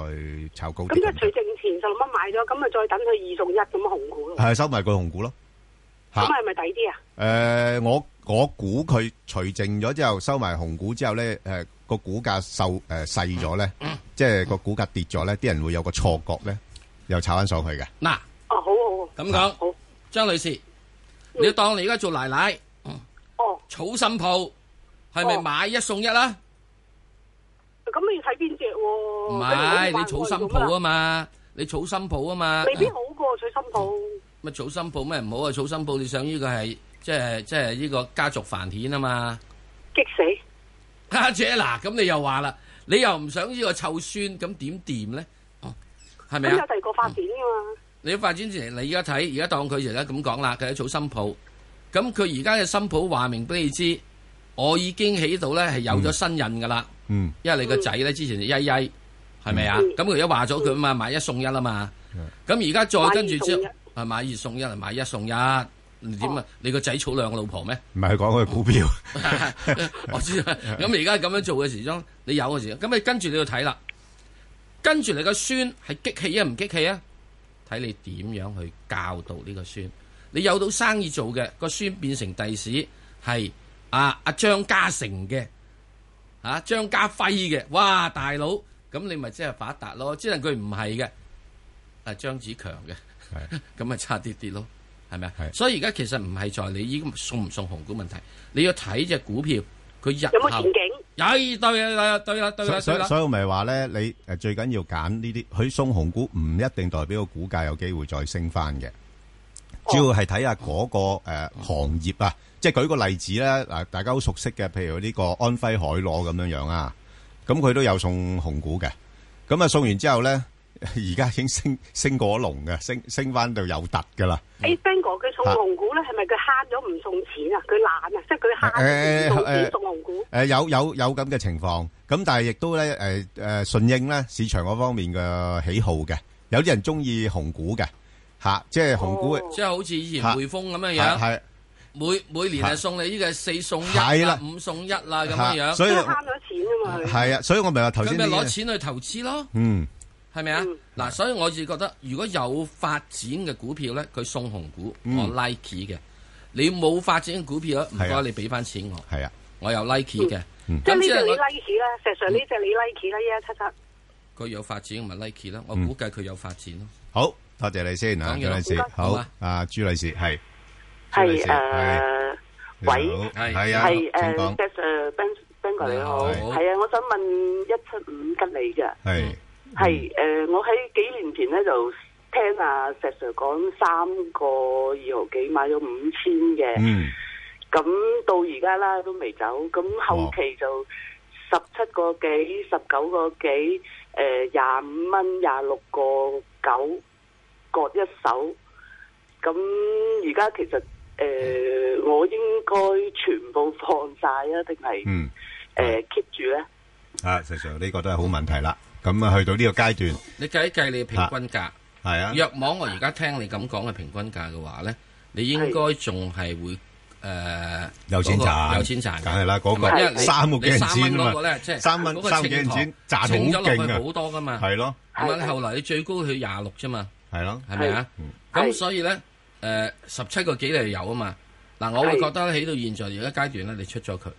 [SPEAKER 1] 炒高
[SPEAKER 6] 咁即係除
[SPEAKER 1] 啲，
[SPEAKER 6] 證前十六蚊買咗，咁咪再等佢二送一咁紅股咯。
[SPEAKER 1] 係收埋個紅股咯嚇
[SPEAKER 6] 咁。係咪抵啲啊？
[SPEAKER 1] 诶、我我估佢除淨咗之後，收埋紅股之後咧，诶、個股價受诶細咗咧，即係個股價跌咗咧，啲人會有個錯覺咧，又炒翻上去嘅。
[SPEAKER 2] 嗱，
[SPEAKER 6] 哦，好好好，
[SPEAKER 2] 咁講
[SPEAKER 6] 好，
[SPEAKER 2] 張女士，你要當你而家做奶奶，
[SPEAKER 6] 哦，
[SPEAKER 2] 草心鋪係咪
[SPEAKER 6] 哦
[SPEAKER 2] 買一送一啦？
[SPEAKER 6] 咁你要睇邊只喎？
[SPEAKER 2] 唔係，你草心鋪啊
[SPEAKER 6] 啊？
[SPEAKER 2] 嘛，你草心鋪啊嘛，嗯
[SPEAKER 6] 未必好過取心鋪，
[SPEAKER 2] 咪草心鋪咩唔好啊？草心鋪你想呢個係即係即係呢個家族繁衍啊嘛。
[SPEAKER 6] 激死！
[SPEAKER 2] 家姐嗱，咁你又話啦，你又唔想呢個臭酸，咁點掂咧？哦，係咪
[SPEAKER 6] 咁有
[SPEAKER 2] 啊
[SPEAKER 6] 第？二個發展噶嘛？
[SPEAKER 2] 你發展前，你而家睇，而家當佢而家咁講啦，佢喺做新抱，咁佢而家嘅新抱話明俾你知，我已經喺度咧係有咗身孕噶啦，
[SPEAKER 1] 嗯，
[SPEAKER 2] 因為你個仔咧之前就曳曳，係咪啊？
[SPEAKER 6] 嗯
[SPEAKER 2] 咁佢而家話咗佢啊嘛，買一送一啦嘛，咁而家再跟住之後，係買二送一，係買一送一，你點啊？你個仔娶兩個老婆咩？
[SPEAKER 1] 唔係講佢股票，
[SPEAKER 2] 我知啊。咁而家咁樣做嘅時鐘，你有嘅時候，咁你跟住你要睇啦。跟住你個孫係激氣啊，唔激氣啊？睇你點樣去教導呢個孫。你有到生意做嘅，個孫變成第時係啊阿張家成嘅，啊張家輝嘅，哇大佬，咁你咪即係發達咯。只能佢唔係嘅，啊張子強嘅。
[SPEAKER 1] 係
[SPEAKER 2] 咁咪差啲啲咯，係咪啊
[SPEAKER 1] 係？
[SPEAKER 2] 所以而家其實唔係在你依個送唔送紅股問題，你要睇只股票佢日
[SPEAKER 6] 有冇前
[SPEAKER 2] 後。
[SPEAKER 6] 景？
[SPEAKER 2] 哎，對啦對啦對啦對
[SPEAKER 1] 所
[SPEAKER 2] 啦對
[SPEAKER 1] 所
[SPEAKER 2] 啦，
[SPEAKER 1] 所以我咪話咧，你誒最緊要揀呢啲，佢送紅股唔一定代表個股價有機會再升翻嘅，主要係睇下嗰個誒行業啊，即係舉個例子咧，嗱大家好熟悉嘅，譬如呢個安徽海螺咁樣樣啊，咁佢都有送紅股嘅，咁啊送完之後咧， 而家已經升升過龍嘅，升升翻到有突噶啦。
[SPEAKER 6] 誒 b a n g 哎佢送紅股咧，係咪佢慳咗唔送錢啊？佢懶啊，即係佢慳咗唔
[SPEAKER 1] 誒誒
[SPEAKER 6] 送
[SPEAKER 1] 誒
[SPEAKER 6] 錢送紅股。
[SPEAKER 1] 誒，有-有-有咁嘅情況。咁但係亦都呢，誒，誒，順應呢，市場嗰方面嘅喜好嘅。有啲人鍾意紅股嘅，吓，即係紅股，
[SPEAKER 6] 哦。
[SPEAKER 2] 即係好似以前
[SPEAKER 1] 嚇
[SPEAKER 2] 匯豐咁樣
[SPEAKER 1] 係-
[SPEAKER 2] 樣，
[SPEAKER 1] 係-
[SPEAKER 2] 每每年係送你呢個四送一
[SPEAKER 1] 係
[SPEAKER 2] 啦
[SPEAKER 1] 啦，
[SPEAKER 2] 五送一啦咁樣樣，
[SPEAKER 1] 所以
[SPEAKER 6] 都慳咗錢啊嘛，佢
[SPEAKER 1] 係啊，所以我咪話頭先
[SPEAKER 2] 咁咪
[SPEAKER 1] 呢啲-
[SPEAKER 2] 攞錢去投資咯，係咪啊
[SPEAKER 6] 嗯？
[SPEAKER 2] 嗱，所以我就覺得如果有發展嘅股票咧，佢送紅股
[SPEAKER 1] 嗯
[SPEAKER 2] 我 like 嘅，你冇發展嘅股票咧，唔
[SPEAKER 1] 係啊
[SPEAKER 2] 該你俾翻錢我，
[SPEAKER 1] 嗯，係啊，嗯，
[SPEAKER 2] 我有 like 嘅，
[SPEAKER 1] 嗯
[SPEAKER 6] 即
[SPEAKER 2] 咁
[SPEAKER 6] 係呢
[SPEAKER 2] 即
[SPEAKER 6] 只
[SPEAKER 2] 係
[SPEAKER 6] 你
[SPEAKER 2] 我。
[SPEAKER 6] like 啦，石 Sir 呢只你 like 啦，一一七七。
[SPEAKER 2] 佢有發展咪 Nike 啦，我
[SPEAKER 1] 嗯
[SPEAKER 2] 估計佢有發展咯。
[SPEAKER 1] 好，多謝你先啊，
[SPEAKER 2] 講完啦，
[SPEAKER 1] 張女士。
[SPEAKER 2] 唔該。
[SPEAKER 1] 好，
[SPEAKER 2] 好啊。
[SPEAKER 1] 啊，朱女士，係，
[SPEAKER 7] 系
[SPEAKER 1] 朱女士，
[SPEAKER 7] 诶，
[SPEAKER 1] 係，
[SPEAKER 7] 喂，
[SPEAKER 1] 你好，
[SPEAKER 2] 係，
[SPEAKER 1] 係啊，
[SPEAKER 7] 系诶
[SPEAKER 1] 請講，
[SPEAKER 7] ，Sir Sir Ben Ben 哥你好，
[SPEAKER 2] 你好
[SPEAKER 7] 系啊，我想問一七五吉利嘅，
[SPEAKER 1] 係，
[SPEAKER 7] 係诶，我喺幾年前咧就聽阿石 Sir 講三個二毫幾買咗五千嘅，
[SPEAKER 1] 嗯
[SPEAKER 7] 咁到而家啦都未走，咁後期就十七個幾、十九個幾、诶廿五蚊、廿六個九各一手。咁而家其實诶、呃我應該全部放晒啊，定係
[SPEAKER 1] 嗯，嗯，啊，石Sir，
[SPEAKER 7] 诶 keep 住咧？
[SPEAKER 1] 呢個都係好問題啦。咁啊，去到呢個階段，
[SPEAKER 2] 你計一計你嘅平均價，
[SPEAKER 1] 係啊，
[SPEAKER 2] 若網我而家聽你咁講嘅平均價嘅話咧，你應該仲係會誒
[SPEAKER 1] 有錢賺，
[SPEAKER 2] 有錢賺嘅。
[SPEAKER 1] 梗係啦，嗰個
[SPEAKER 2] 因為你
[SPEAKER 1] 三個幾銀錢啊嘛。
[SPEAKER 2] 你三蚊嗰個咧，即係
[SPEAKER 1] 三蚊
[SPEAKER 2] 嗰個
[SPEAKER 1] 三個幾銀錢賺好
[SPEAKER 2] 清咗落
[SPEAKER 1] 勁啊
[SPEAKER 2] 去好多噶嘛。
[SPEAKER 1] 係咯，係咯，
[SPEAKER 2] 係咪？後來你最高去廿六啫嘛，係咪啊
[SPEAKER 1] 嗯？
[SPEAKER 2] 咁
[SPEAKER 7] 係
[SPEAKER 2] 所以咧，誒十七個幾你就有啊嘛。嗱，我會
[SPEAKER 7] 係
[SPEAKER 2] 覺得喺到現在而家階段咧，你出咗佢，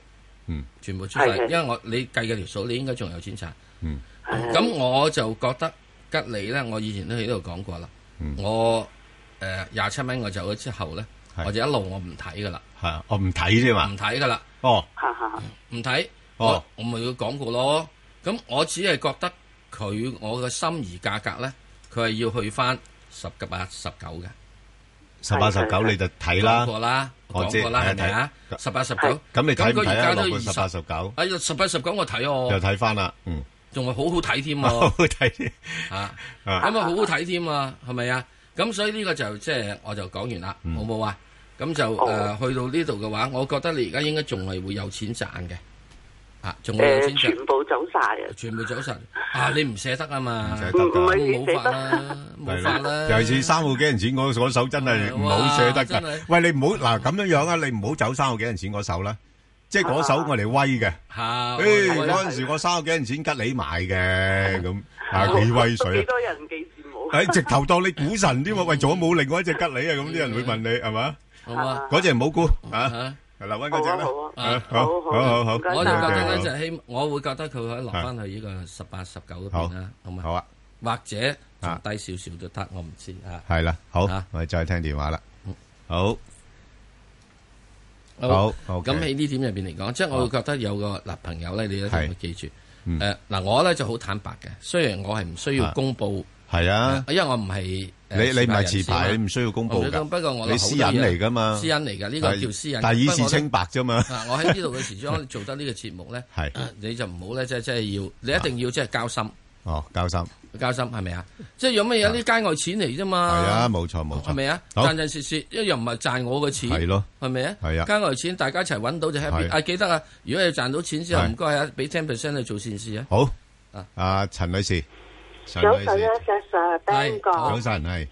[SPEAKER 1] 嗯，
[SPEAKER 2] 全部出晒，
[SPEAKER 7] 係係
[SPEAKER 2] 因為我你計嘅條數，你應該仲有錢賺。
[SPEAKER 1] 嗯，
[SPEAKER 7] 呃
[SPEAKER 2] 咁我就覺得吉利咧，我以前都喺度講過啦。
[SPEAKER 1] 嗯
[SPEAKER 2] 我誒廿七蚊我走咗之後咧，
[SPEAKER 1] 係
[SPEAKER 2] 我就一路我唔睇噶啦，
[SPEAKER 1] 係啊，我唔睇啫嘛。
[SPEAKER 2] 唔睇噶啦，
[SPEAKER 1] 哦，
[SPEAKER 7] 哈哈哈
[SPEAKER 2] 唔睇。
[SPEAKER 1] 哦
[SPEAKER 2] 我我咪要講過咯。咁我只係覺得佢我嘅心儀價格咧，佢係要去翻十九八十九嘅。
[SPEAKER 1] 18 19
[SPEAKER 2] 講
[SPEAKER 1] 你就睇啦。
[SPEAKER 2] 過啦，
[SPEAKER 1] 我知
[SPEAKER 2] 講過啦，
[SPEAKER 1] 係
[SPEAKER 2] 係咪啊？
[SPEAKER 1] 睇
[SPEAKER 2] 十八十九
[SPEAKER 7] 係，
[SPEAKER 1] 咁你睇唔睇啊？
[SPEAKER 2] 佢而家
[SPEAKER 1] 落
[SPEAKER 2] 都
[SPEAKER 1] 到
[SPEAKER 2] 二十，
[SPEAKER 1] 18 19
[SPEAKER 2] 哎呀，十八十九我睇哦，
[SPEAKER 1] 就睇返啦，嗯。
[SPEAKER 2] 仲係好好睇添喎，嚇！
[SPEAKER 1] 好睇啲，啊，
[SPEAKER 2] 咁啊，好好睇添啊，係咪啊？咁所以呢個就即係我就講完啦，
[SPEAKER 1] 嗯
[SPEAKER 2] 好冇啊？咁就誒、
[SPEAKER 7] 哦
[SPEAKER 2] 去到呢度嘅話，我覺得你而家應該仲係會有錢賺嘅，啊，仲會有
[SPEAKER 7] 诶，
[SPEAKER 2] 錢
[SPEAKER 7] 呃全
[SPEAKER 2] 賺，
[SPEAKER 7] 部走晒啊！
[SPEAKER 2] 全部走晒啊！你唔捨得啊嘛
[SPEAKER 1] 唔，捨
[SPEAKER 7] 唔
[SPEAKER 1] 得
[SPEAKER 7] 唔
[SPEAKER 1] 㗎
[SPEAKER 7] 係
[SPEAKER 2] 冇
[SPEAKER 7] 你捨
[SPEAKER 2] 法
[SPEAKER 7] 得，
[SPEAKER 2] 啦，冇法啦，
[SPEAKER 1] 尤其是3個幾銀錢嗰-嗰手真係
[SPEAKER 2] 哇，
[SPEAKER 1] 唔好捨得㗎。
[SPEAKER 2] 真係。
[SPEAKER 1] 喂，你唔好-嗱，咁樣樣啊，你唔好走3個幾銀錢嗰手啦。即係嗰手
[SPEAKER 7] 啊。
[SPEAKER 1] 我嚟威嘅。
[SPEAKER 2] 嚇，
[SPEAKER 1] 誒，
[SPEAKER 2] 我
[SPEAKER 1] 嗰陣時我三個幾銀錢吉利買嘅，咁，啊，
[SPEAKER 7] 我
[SPEAKER 1] 幾威水啊。
[SPEAKER 7] 幾多人幾羨慕啊！
[SPEAKER 1] à, 誒，直頭當你股神添喎，喂，仲有冇另外一隻吉利啊？咁啲人會問你，係嘛？
[SPEAKER 2] 好啊，
[SPEAKER 1] 嗰隻唔好估，啊，
[SPEAKER 2] 嚇
[SPEAKER 1] 留返嗰隻啦。
[SPEAKER 7] 好啊，好啊。
[SPEAKER 1] 啊，
[SPEAKER 2] 好啊，
[SPEAKER 1] 好，
[SPEAKER 7] 好，
[SPEAKER 1] 好，好，
[SPEAKER 7] 唔該
[SPEAKER 2] 我就
[SPEAKER 7] 晒
[SPEAKER 2] 覺
[SPEAKER 1] OK，
[SPEAKER 2] 得
[SPEAKER 1] 好，
[SPEAKER 2] 咧就希，我會覺得佢可以落翻去呢個十八十九嗰邊啦，好嘛？或者仲低少少都得，我唔知啊。
[SPEAKER 1] 好啊，係啦，好，
[SPEAKER 2] 啊。
[SPEAKER 1] 我哋再聽電話啦。
[SPEAKER 2] 嗯。
[SPEAKER 1] 好，好，OK
[SPEAKER 2] 咁喺呢點入邊嚟講，即係我會覺得有個嗱朋友咧，你一定要
[SPEAKER 1] 係
[SPEAKER 2] 記住。
[SPEAKER 1] 嗯
[SPEAKER 2] 誒嗱，我咧就好坦白嘅，雖然我係唔需要
[SPEAKER 1] 啊
[SPEAKER 2] 公佈，
[SPEAKER 1] 係啊，
[SPEAKER 2] 因為我唔係誒誒
[SPEAKER 1] 你你唔係持
[SPEAKER 2] 人
[SPEAKER 1] 牌，
[SPEAKER 2] 士
[SPEAKER 1] 你
[SPEAKER 2] 嘛
[SPEAKER 1] 唔需要公佈
[SPEAKER 2] 我唔
[SPEAKER 1] 㗎
[SPEAKER 2] 想講不過我
[SPEAKER 1] 你私隱嚟㗎嘛啊
[SPEAKER 2] 私隱嚟㗎，呢個叫私隱。
[SPEAKER 1] 但係以
[SPEAKER 2] 不過
[SPEAKER 1] 示
[SPEAKER 2] 我都
[SPEAKER 1] 清白啫嘛。
[SPEAKER 2] 嗱，我喺呢度嘅時 鐘做得呢個節目咧，
[SPEAKER 1] 係
[SPEAKER 2] 你就唔好咧，即係即係要，你一定要即係交心，
[SPEAKER 1] 哦，交心
[SPEAKER 2] 交心係咪啊？即係有乜嘢呢？街外錢嚟啫
[SPEAKER 1] 係
[SPEAKER 2] 嘛，
[SPEAKER 1] 啊，冇錯冇
[SPEAKER 2] 係
[SPEAKER 1] 錯，
[SPEAKER 2] 咪啊？
[SPEAKER 1] 好
[SPEAKER 2] 賺賺蝕蝕，一樣唔係賺我嘅錢，
[SPEAKER 1] 係咯，
[SPEAKER 2] 係咪啊？
[SPEAKER 1] 係啊
[SPEAKER 2] 街外錢大家一齊揾到就 happy。
[SPEAKER 1] 係
[SPEAKER 2] 啊，記得啊，如果你賺到錢之後，
[SPEAKER 1] 係
[SPEAKER 2] 唔該啊，俾 ten percent 去做善事啊。
[SPEAKER 1] 好
[SPEAKER 2] 啊。
[SPEAKER 1] 啊，陳女士，陳
[SPEAKER 8] 早
[SPEAKER 1] 女
[SPEAKER 8] 晨啊
[SPEAKER 1] 士，
[SPEAKER 8] 石 Sir、
[SPEAKER 2] 係
[SPEAKER 8] Ben 哥，
[SPEAKER 1] 早晨係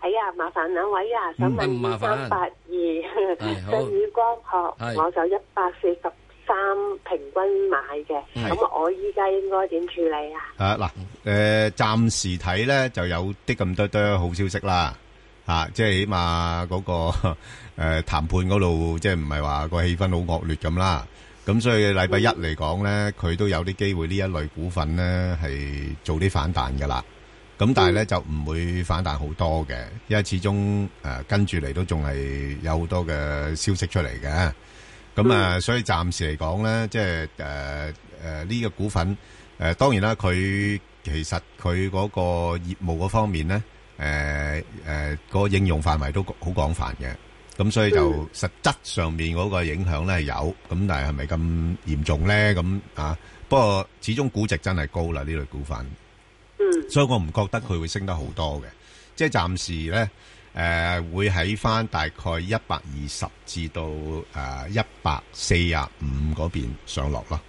[SPEAKER 8] 係啊，麻煩兩位啊，想
[SPEAKER 2] 嗯唔麻
[SPEAKER 8] 問
[SPEAKER 2] 煩
[SPEAKER 8] 三八二
[SPEAKER 2] 係好
[SPEAKER 8] 新宇光
[SPEAKER 2] 係
[SPEAKER 8] 學，我就一百四十三平均買嘅，
[SPEAKER 1] 係
[SPEAKER 8] 咁我依家應該點處理啊？
[SPEAKER 1] 啊嗱，誒暫時睇咧就有啲咁多多好消息啦，啊，即係起碼嗰個 誒談判嗰度，即係唔係話個氣氛好惡劣咁啦。咁所以禮拜一嚟講咧，佢都有啲機會呢一類股份咧係做啲反彈噶啦。咁但係咧就唔會反彈好多嘅，因為始終誒跟住嚟都仲係有好多嘅消息出嚟嘅。咁啊，所以暫時嚟講咧，即係誒誒呢個股份誒、呃，當然啦，佢其實佢嗰個業務嗰方面咧，誒誒嗰個應用範圍都好廣泛嘅。咁所以就實質上面嗰個影響咧係有，咁但係係咪咁嚴重咧？咁啊，不過始終估值真係高啦，呢類股份。
[SPEAKER 8] 嗯
[SPEAKER 1] 所以我唔覺得佢會升得好多嘅，即係暫時咧誒、呃、會喺翻大概一百二十至到誒一百四啊五嗰邊上落咯。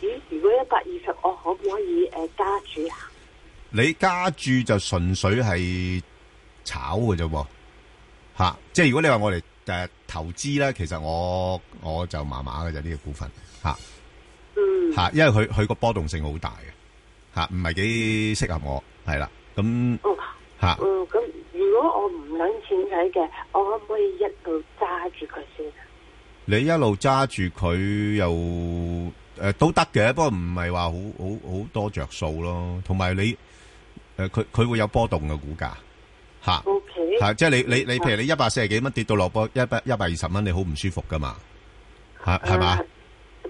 [SPEAKER 8] 咦，如果一百二十，我可唔可以誒加注啊？
[SPEAKER 1] 你加注就純粹係炒嘅啫喎，嚇、即係如果你話我哋誒、呃投資咧，其實我我就麻麻嘅就呢個股份嚇
[SPEAKER 8] 嗯
[SPEAKER 1] 嚇、因為佢佢個波動性好大嘅嚇，唔係幾適合我係啦，咁
[SPEAKER 8] 哦，
[SPEAKER 1] 嚇。
[SPEAKER 8] 嗯，咁如果我唔諗錢使嘅，我可唔可以一路揸住佢先啊？
[SPEAKER 1] 你一路揸住佢又誒、呃都得嘅，不過唔係話好好好多着數咯。同埋你誒佢佢會有波動嘅股價嚇
[SPEAKER 8] O K，
[SPEAKER 1] 嚇，即係你你你譬如你一百四十幾蚊跌到落波一百一百二十蚊，你好唔舒服噶嘛？係係嘛？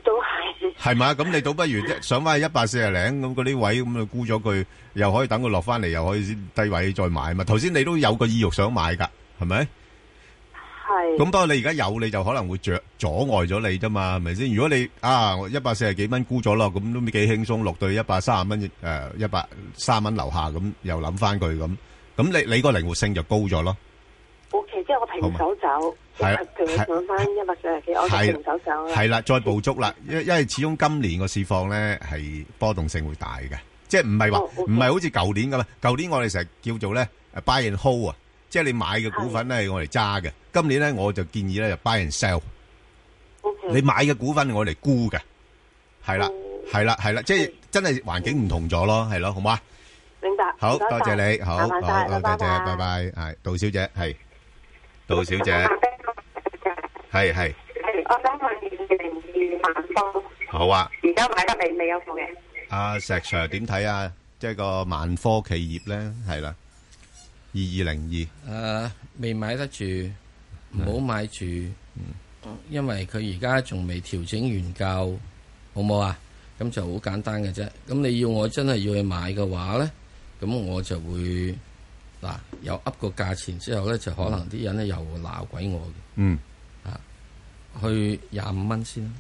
[SPEAKER 8] 都係，
[SPEAKER 1] 係嘛？咁你倒不如一上翻去一百四十零咁嗰啲位咁，你沽咗佢，又可以等佢落翻嚟，又可以低位再買嘛。頭先你都有個意欲想買㗎，係咪？
[SPEAKER 8] 係，
[SPEAKER 1] 咁不過你而家有你就可能會著阻礙咗你啫嘛，係咪先？如果你啊一百四十幾蚊沽咗咯，咁都幾輕鬆落到一百三十蚊誒一百三十蚊樓下咁，又諗翻佢咁，咁你你個靈活性就高咗咯。
[SPEAKER 8] O K，即係我平手走，
[SPEAKER 1] 係啊
[SPEAKER 8] 佢上翻一百四十幾，我就
[SPEAKER 1] 係
[SPEAKER 8] 平手走啦。
[SPEAKER 1] 係啦，再捕捉啦，因因為始終今年個市況咧係波動性會大嘅，即係唔係話
[SPEAKER 8] 哦，OK
[SPEAKER 1] 唔係好似舊年咁啊？舊年我哋成日叫做咧誒 buy and hold 啊，即係你買嘅股份咧係我嚟揸嘅。今年咧我就建議咧就 buy and sell。
[SPEAKER 8] O K，
[SPEAKER 1] 你買嘅股份我嚟沽嘅，係啦，
[SPEAKER 8] 哦
[SPEAKER 1] 係啦，係啦，即
[SPEAKER 8] 嗯
[SPEAKER 1] 係真係環境唔同咗咯，係咯，好嘛？
[SPEAKER 8] 明白。
[SPEAKER 1] 好
[SPEAKER 8] 唔該
[SPEAKER 1] 多
[SPEAKER 8] 晒
[SPEAKER 1] 謝你，好，好，
[SPEAKER 8] 麻煩
[SPEAKER 1] 好
[SPEAKER 8] 晒
[SPEAKER 1] 多
[SPEAKER 8] 嗯拜拜
[SPEAKER 1] 謝，拜拜，係杜小姐，係杜小姐，係係，
[SPEAKER 6] 我想問二零二萬方，
[SPEAKER 1] 好啊，
[SPEAKER 6] 而家買得未？未有貨嘅。
[SPEAKER 1] 阿石 Sir 點睇啊？即係個萬科企業咧，係啦，二二零
[SPEAKER 2] 誒，啊未買得住，唔好買住，因為佢而家仲未調整完夠，好冇啊？咁就好簡單嘅啫。咁你要我真係要去買嘅話咧，咁我就會嗱有噏個價錢之後咧，就可能啲人咧又鬧鬼我
[SPEAKER 1] 二，嗯，
[SPEAKER 2] 嘅，去廿五蚊先啦。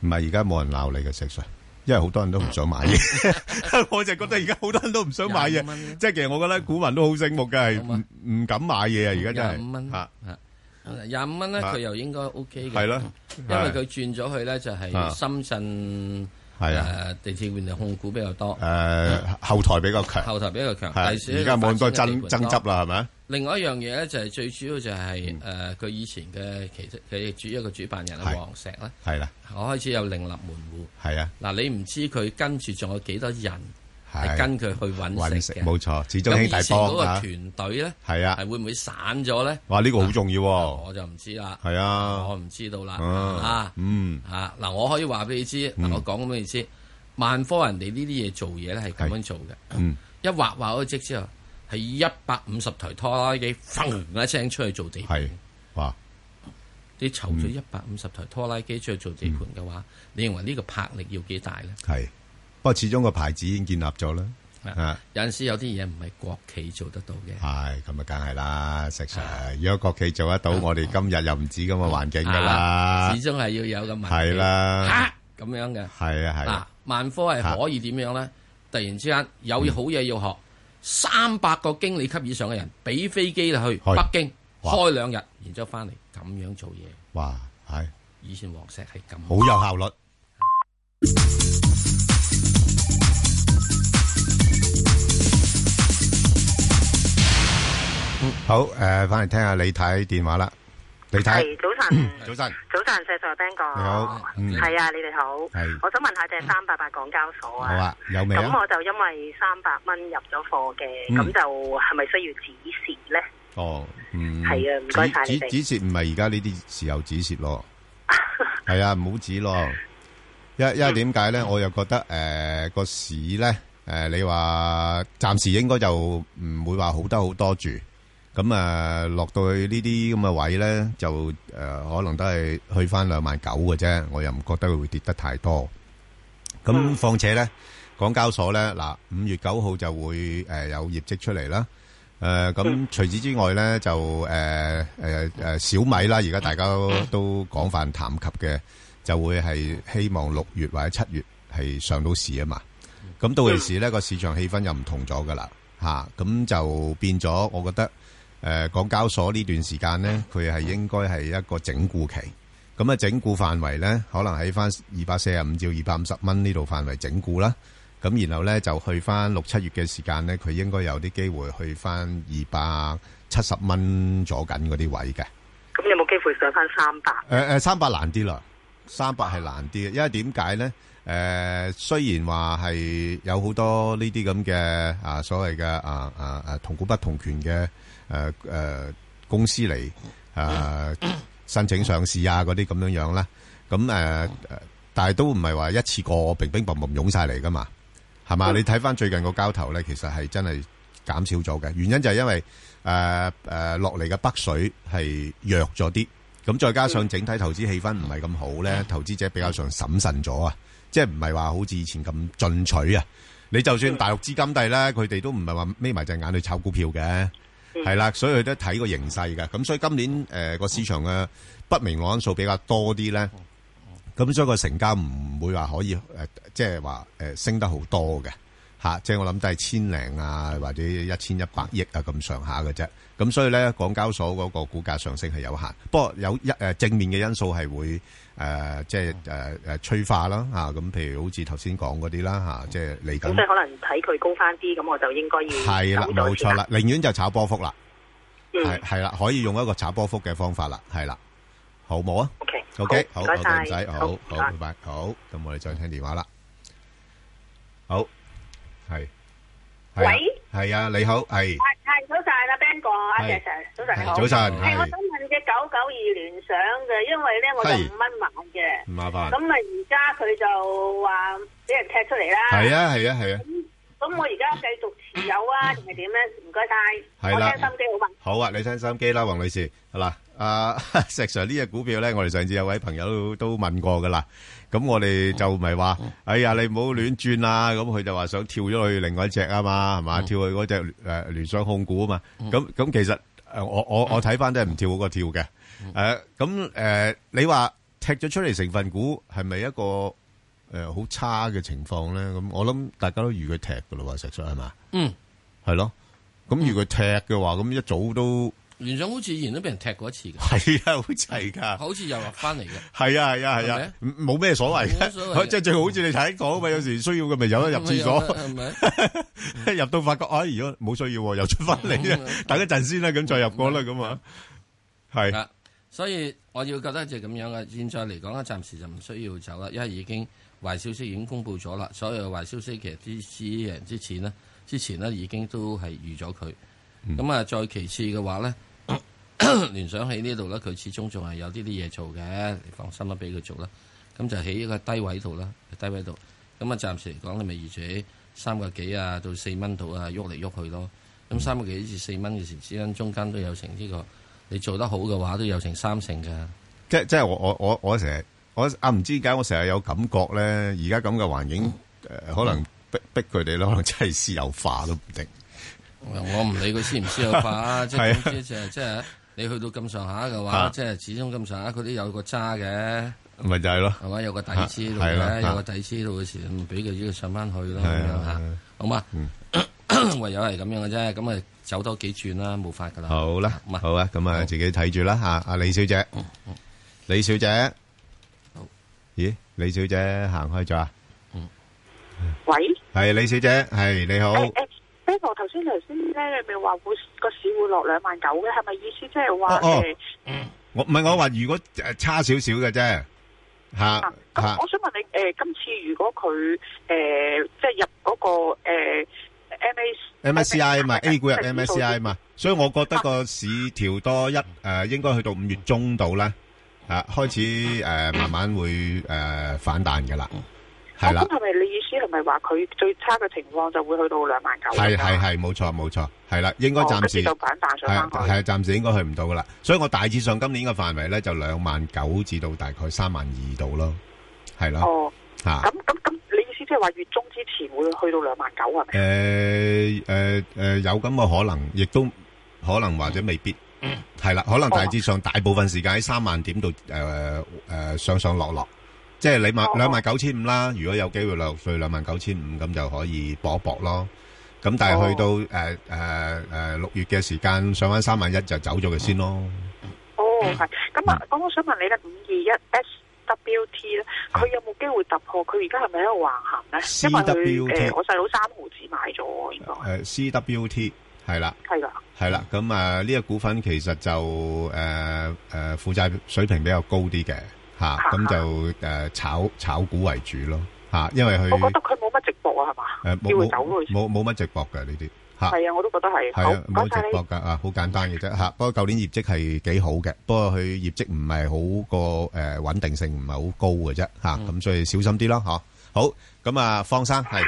[SPEAKER 1] 唔係而家冇人鬧你嘅石 Sir，因為好多人都唔想買嘢， 我就覺得而家好多人都唔想買嘢
[SPEAKER 2] 25蚊啦，
[SPEAKER 1] 即係其實我覺得股民都好醒目嘅，係
[SPEAKER 2] 好嘛
[SPEAKER 1] 唔唔敢買嘢啊，而家真
[SPEAKER 2] 廿五蚊
[SPEAKER 1] 係嚇。
[SPEAKER 2] 嚇，廿五蚊咧
[SPEAKER 1] 啊
[SPEAKER 2] 佢又應該 O K 嘅，
[SPEAKER 1] 係咯
[SPEAKER 2] 因為佢轉咗去咧就
[SPEAKER 1] 啊
[SPEAKER 2] 係深圳
[SPEAKER 1] 係啊，
[SPEAKER 2] 誒地鐵換嚟控股比較多，
[SPEAKER 1] 誒後台比較強，
[SPEAKER 2] 後頭比較強。第四
[SPEAKER 1] 係而家冇咁多爭爭執。啦，係咪？
[SPEAKER 2] 另外一樣嘢咧就係最主要就係誒佢以前嘅其實佢主一個主辦人係
[SPEAKER 1] 係
[SPEAKER 2] 黃石咧，
[SPEAKER 1] 係啦，
[SPEAKER 2] 我開始有另立門戶。
[SPEAKER 1] 係啊，
[SPEAKER 2] 嗱，你唔知佢跟住仲有幾多人係
[SPEAKER 1] 係
[SPEAKER 2] 跟佢去揾
[SPEAKER 1] 揾
[SPEAKER 2] 食
[SPEAKER 1] 食
[SPEAKER 2] 嘅。
[SPEAKER 1] 冇錯，始終
[SPEAKER 2] 咁
[SPEAKER 1] 兄
[SPEAKER 2] 以前
[SPEAKER 1] 弟
[SPEAKER 2] 嗰
[SPEAKER 1] 幫
[SPEAKER 2] 個
[SPEAKER 1] 啊，
[SPEAKER 2] 團隊咧
[SPEAKER 1] 係啊
[SPEAKER 2] 係，會唔會散咗咧？
[SPEAKER 1] 哇呢個好重要喎，
[SPEAKER 2] 我就唔知啦。
[SPEAKER 1] 係啊
[SPEAKER 2] 我唔知道啦。
[SPEAKER 1] 啊
[SPEAKER 2] 哦啊，
[SPEAKER 1] 嗯
[SPEAKER 2] 啊嗱，我可以話俾你知，嗱，我講咁俾你知，萬科人哋呢啲嘢做嘢咧係咁樣做嘅，
[SPEAKER 1] 嗯
[SPEAKER 2] 一畫畫咗職之後，係一百五十台拖拉機，砰一聲出去做地
[SPEAKER 1] 嗯
[SPEAKER 2] 盤。
[SPEAKER 1] 係嗯哇
[SPEAKER 2] 你籌咗一百五十台拖拉機出去做地盤嘅話，你認為呢個魄力要幾大咧？
[SPEAKER 1] 係，不過始終個牌子已經建立咗啦，啊
[SPEAKER 2] 有陣時有啲嘢唔係國企做得到嘅。
[SPEAKER 1] 係，咁啊，梗係啦，石 Sir。如果國企做得到，我哋今日又唔止咁嘅環境㗎啦。
[SPEAKER 2] 啊始終係要有個文氣
[SPEAKER 1] 係啊啦
[SPEAKER 2] 嚇咁樣嘅。
[SPEAKER 1] 係啊，係啊，
[SPEAKER 2] 嗱，萬科係可以點樣咧？突然之間有
[SPEAKER 1] 嗯
[SPEAKER 2] 好嘢要學，三百個經理級以上嘅人俾飛機去
[SPEAKER 1] 係
[SPEAKER 2] 北京
[SPEAKER 1] 哇
[SPEAKER 2] 開兩日，然之後翻嚟咁樣做嘢。以前黃石係咁。
[SPEAKER 1] 哇，係，好有效率。呃好，誒，返嚟聽下李太電話啦。李太，嗯
[SPEAKER 9] 系早晨，
[SPEAKER 1] 早晨，
[SPEAKER 9] 早晨，石 Sir Ben 哥，
[SPEAKER 1] 你好嗯
[SPEAKER 9] 系啊，你哋好，
[SPEAKER 1] 係嗯
[SPEAKER 9] 我想問下隻三八八港交所
[SPEAKER 1] 好啊有未啊
[SPEAKER 9] 咁我就因為三百蚊入咗貨嘅，
[SPEAKER 1] 嗯
[SPEAKER 9] 咁就係咪需要止蝕咧？
[SPEAKER 1] 哦，嗯，
[SPEAKER 9] 係啊，唔該
[SPEAKER 1] 指-
[SPEAKER 9] 晒你
[SPEAKER 1] 指-
[SPEAKER 9] 哋。
[SPEAKER 1] 指示唔係而家呢啲時候指示咯。系啊，唔好止咯。因因为点解咧？我又覺得诶个、市咧诶、呃你話暫時應該就唔會話好得好多住。咁啊、呃落到去呢啲咁嘅位咧，就诶、呃可能都係去翻兩萬九嘅啫。我又唔覺得佢會跌得太多。咁況且咧，港交所咧嗱，五月九號就會誒、呃有業績出嚟啦。誒、呃咁除此之外咧，就誒誒誒小米啦，而家大家都廣泛談及嘅，就會係希望六月或者七月係上到市啊嘛。咁到其時咧，個市場氣氛又唔同咗噶啦，嚇、咁就變咗，我覺得誒、呃港交所呢段時間咧，佢係應該係一個整固期。咁啊，整固範圍咧，可能喺翻二百四十五至二百五十蚊呢度範圍整固啦。咁然後咧就去翻六七月嘅時間咧，佢應該有啲機會去翻二百七十蚊左緊嗰啲位嘅。
[SPEAKER 9] 咁有冇機會上翻三百？
[SPEAKER 1] 誒誒，三百難啲啦，三百係難啲嘅，因為點解咧？誒、雖然話係有好多呢啲咁嘅啊所謂嘅啊啊啊同股不同權嘅誒誒公司嚟 啊申請上市啊嗰啲咁樣樣啦，咁誒誒，但係都唔係話一次過乒乒乓乓湧晒嚟噶嘛，係嘛？你睇翻最近個交投咧，其實係真係減少咗嘅，原因就係因為誒誒落嚟嘅北水係弱咗啲。咁再加上整體投資氣氛唔係咁好咧，投資者比較上審慎咗啊，即係唔係話好似以前咁進取啊。你就算大陸資金帝咧，佢哋都唔係話眯埋隻眼去炒股票嘅，係啦，所以佢都睇個形勢嘅。咁所以今年誒個、市場嘅不明朗因素比較多啲咧，咁所以個成交唔會話可以誒、呃即係話誒升得好多嘅。嚇、即係我諗都係千零啊，或者一千一百億啊咁上下嘅啫。咁所以咧，港交所嗰個股價上升係有限，不過有一誒、呃正面嘅因素係會誒、呃即係誒誒催化啦嚇。咁、譬如好似頭先講嗰啲啦嚇，即係嚟
[SPEAKER 9] 咁即係
[SPEAKER 1] 緊
[SPEAKER 9] 可能睇佢高翻啲，咁我就應該要
[SPEAKER 1] 係啦，
[SPEAKER 9] 走咗
[SPEAKER 1] 冇
[SPEAKER 9] 先
[SPEAKER 1] 錯啦，，寧願就炒波幅啦，
[SPEAKER 9] 嗯
[SPEAKER 1] 係係啦，可以用一個炒波幅嘅方法啦，係啦，好冇啊？
[SPEAKER 9] ，OK，
[SPEAKER 1] OK，好，
[SPEAKER 9] 唔該
[SPEAKER 1] 好，
[SPEAKER 9] 晒
[SPEAKER 1] 唔使，好，
[SPEAKER 9] 唔
[SPEAKER 1] 好，
[SPEAKER 9] 該
[SPEAKER 1] 拜拜，好，咁我哋再聽電話啦。好，係，係啊，
[SPEAKER 6] 喂？
[SPEAKER 1] 係啊，你好，係，
[SPEAKER 6] 系早晨啦，Ben 哥，阿
[SPEAKER 1] 係
[SPEAKER 6] Sir，早晨你好。
[SPEAKER 1] 早晨，
[SPEAKER 6] 系，我想問只九九二聯想嘅，因為咧我就
[SPEAKER 1] 係
[SPEAKER 6] 五蚊買嘅，
[SPEAKER 1] 係，唔麻煩。
[SPEAKER 6] 咁啊而家佢就話俾人踢出嚟啦。
[SPEAKER 1] 啊
[SPEAKER 6] 咁我而家繼續持有 啊，定係點咧？唔該晒，
[SPEAKER 1] 係
[SPEAKER 6] 我
[SPEAKER 1] 啦
[SPEAKER 6] 聽心機好
[SPEAKER 1] 係啊，係啊，係
[SPEAKER 6] 嘛。
[SPEAKER 1] 啊。好啊，你聽收音機啦，黃女士。嗱，啊，石Sir，呢隻股票呢，我哋上次有位朋友都-都問過㗎啦。咁我哋就咪話，哎呀，你唔好亂轉啦，咁佢就話想跳咗去另外一隻啊嘛，係嘛？跳去嗰隻，誒，聯想控股啊嘛。咁-咁其實，誒，我-我-我睇返都係唔跳嗰個跳嘅。誒，咁，誒，你話踢咗出嚟成分股係咪一個，誒，好差嘅情況呢？咁我諗大家都預佢踢㗎喇喎，石Sir，係嘛？
[SPEAKER 2] 嗯，
[SPEAKER 1] 係囉。咁預佢踢嘅話，咁一早都
[SPEAKER 2] 聯想好似以前都俾人踢過一次嘅，
[SPEAKER 1] 系啊，好似系噶，
[SPEAKER 2] 好似又話 翻嚟嘅。
[SPEAKER 1] 系啊，系啊，系
[SPEAKER 2] 係咪
[SPEAKER 1] 啊
[SPEAKER 2] 啊，
[SPEAKER 1] 唔冇咩所謂
[SPEAKER 2] 冇乜所
[SPEAKER 1] 嘅，
[SPEAKER 2] 謂
[SPEAKER 1] 即係最好好似你睇講嘛，有時需要嘅咪有得入廁所，
[SPEAKER 2] 係 咪？
[SPEAKER 1] 入到發覺，哎，如果冇需要喎又出翻嚟啊， 等一陣先啦，咁再入過啦，咁啊，係
[SPEAKER 2] 啊，所以我要覺得就咁樣嘅。現在嚟講咧，暫時就唔需要走啦，因為已經壞消息已經公布咗啦。所有嘅壞消息其實之之人之前呢，之前呢已經都係預咗佢。咁啊、再其次嘅話咧， 聯想喺呢度咧，佢始終仲係有啲啲嘢做嘅，你放心啦，俾佢做啦。咁就喺一個低位度啦，低位度。咁啊，暫時嚟講，你咪預住喺三個幾啊到四蚊度啊，喐嚟喐去咯。咁三個幾至四蚊嘅時之間，中間都有成呢、個。你做得好嘅話，都有成三成嘅。
[SPEAKER 1] 即即係我我我我成日我啊唔知點解我成日有感覺咧，而家咁嘅環境，誒可能逼逼佢哋咧，可能真係私有化都唔定。
[SPEAKER 2] 我唔理佢私唔私有 化，即係總之就係即係你去到咁上下嘅
[SPEAKER 1] 啊
[SPEAKER 2] 話，即係始終咁上下佢都有個渣嘅，
[SPEAKER 1] 咪就係咯，
[SPEAKER 2] 係嘛？有個底黐喺度
[SPEAKER 1] 啊係啦
[SPEAKER 2] 嘅，有
[SPEAKER 1] 啊
[SPEAKER 2] 個底黐喺度嘅時，咪俾佢呢個上翻去咯，咁
[SPEAKER 1] 係
[SPEAKER 2] 樣嚇
[SPEAKER 1] 啊，嗯
[SPEAKER 2] 好嘛？ 唯有係咁樣嘅啫，咁啊走多幾轉啦，冇法噶啦。
[SPEAKER 1] 好啦，
[SPEAKER 2] 咁啊
[SPEAKER 1] 好啊，咁啊
[SPEAKER 2] 好
[SPEAKER 1] 自己睇住啦吓，阿李小姐，李小姐
[SPEAKER 2] 好，
[SPEAKER 1] 咦，李小姐行開咗啊？
[SPEAKER 8] 喂，
[SPEAKER 1] 係李小姐，係你好，
[SPEAKER 8] 誒誒，呢個頭先頭先咧，你咪話會個市會落兩萬九嘅，係咪意思即係話
[SPEAKER 1] 哦哦
[SPEAKER 8] 誒？
[SPEAKER 1] 我唔係我話如果呃差少少嘅啫，吓
[SPEAKER 8] 啊
[SPEAKER 1] 吓
[SPEAKER 8] 咁，我想問你誒，今次如果佢誒即係入嗰個誒 M A
[SPEAKER 1] MSCI 嘛，A 股入
[SPEAKER 8] 即係指數
[SPEAKER 1] MSCI 嘛，所以我覺得個市調多一誒，應該去到五月中度啦，啊開始誒慢慢會誒反彈嘅啦，係啦
[SPEAKER 8] 咁。係咪你意思係咪話佢最差嘅情況就會去到兩萬九？
[SPEAKER 1] 係係係，冇錯冇錯，係啦，應該
[SPEAKER 8] 哦
[SPEAKER 1] 暫時
[SPEAKER 8] 跟住就反彈上
[SPEAKER 1] 係
[SPEAKER 8] 翻去
[SPEAKER 1] 係暫時應該去唔到噶啦，所以我大致上今年嘅範圍咧就兩萬九至到大概三萬二度咯，係啦
[SPEAKER 8] 哦，
[SPEAKER 1] 吓
[SPEAKER 8] 咁咁咁，你意思即係話月中之前會去到兩萬九
[SPEAKER 1] 嗯
[SPEAKER 8] 係咪？
[SPEAKER 1] 誒誒誒有咁嘅可能，亦都可能或者未必係啦，可
[SPEAKER 8] 哦
[SPEAKER 1] 能大致上大部分時間喺三萬點度誒誒上上落落，即係你萬
[SPEAKER 8] 哦哦
[SPEAKER 1] 兩萬九千五啦，如果有機會落去兩萬九千五咁就可以搏一搏咯。咁但
[SPEAKER 8] 哦
[SPEAKER 1] 係去到誒誒誒六月嘅時間上翻三萬一就走咗佢先咯。
[SPEAKER 8] 哦，係。咁
[SPEAKER 1] 嗯
[SPEAKER 8] 啊，咁我想問你咧，五二一 S W T 咧，
[SPEAKER 1] 嗯
[SPEAKER 8] 佢有冇機會突破？佢而家係咪喺度橫行咧？因為佢
[SPEAKER 1] CWT
[SPEAKER 8] 誒，我細佬三毫子買咗，應該
[SPEAKER 1] 誒 CWT 係啦。
[SPEAKER 8] 係㗎。
[SPEAKER 1] 係啦，咁啊呢個股份其實就誒誒負債水平比較高啲嘅吓，
[SPEAKER 8] 啊
[SPEAKER 1] 咁就誒炒炒股為主咯吓，因為佢
[SPEAKER 8] 我覺得佢冇乜直播啊，係嘛？
[SPEAKER 1] 嗯誒
[SPEAKER 8] 叫
[SPEAKER 1] 冇
[SPEAKER 8] 佢
[SPEAKER 1] 冇
[SPEAKER 8] 走咯
[SPEAKER 1] 冇冇乜直播嘅呢啲吓，
[SPEAKER 8] 係啊，我都覺得係。好，
[SPEAKER 1] 係啊
[SPEAKER 8] 唔
[SPEAKER 1] 冇
[SPEAKER 8] 該晒
[SPEAKER 1] 直
[SPEAKER 8] 你
[SPEAKER 1] 播。噶啊，好簡單嘅啫吓。不過舊年業績係幾好嘅，不過佢業績唔係好個誒穩定性唔係好高嘅啫吓，咁所以小心啲咯吓。好，咁啊方生係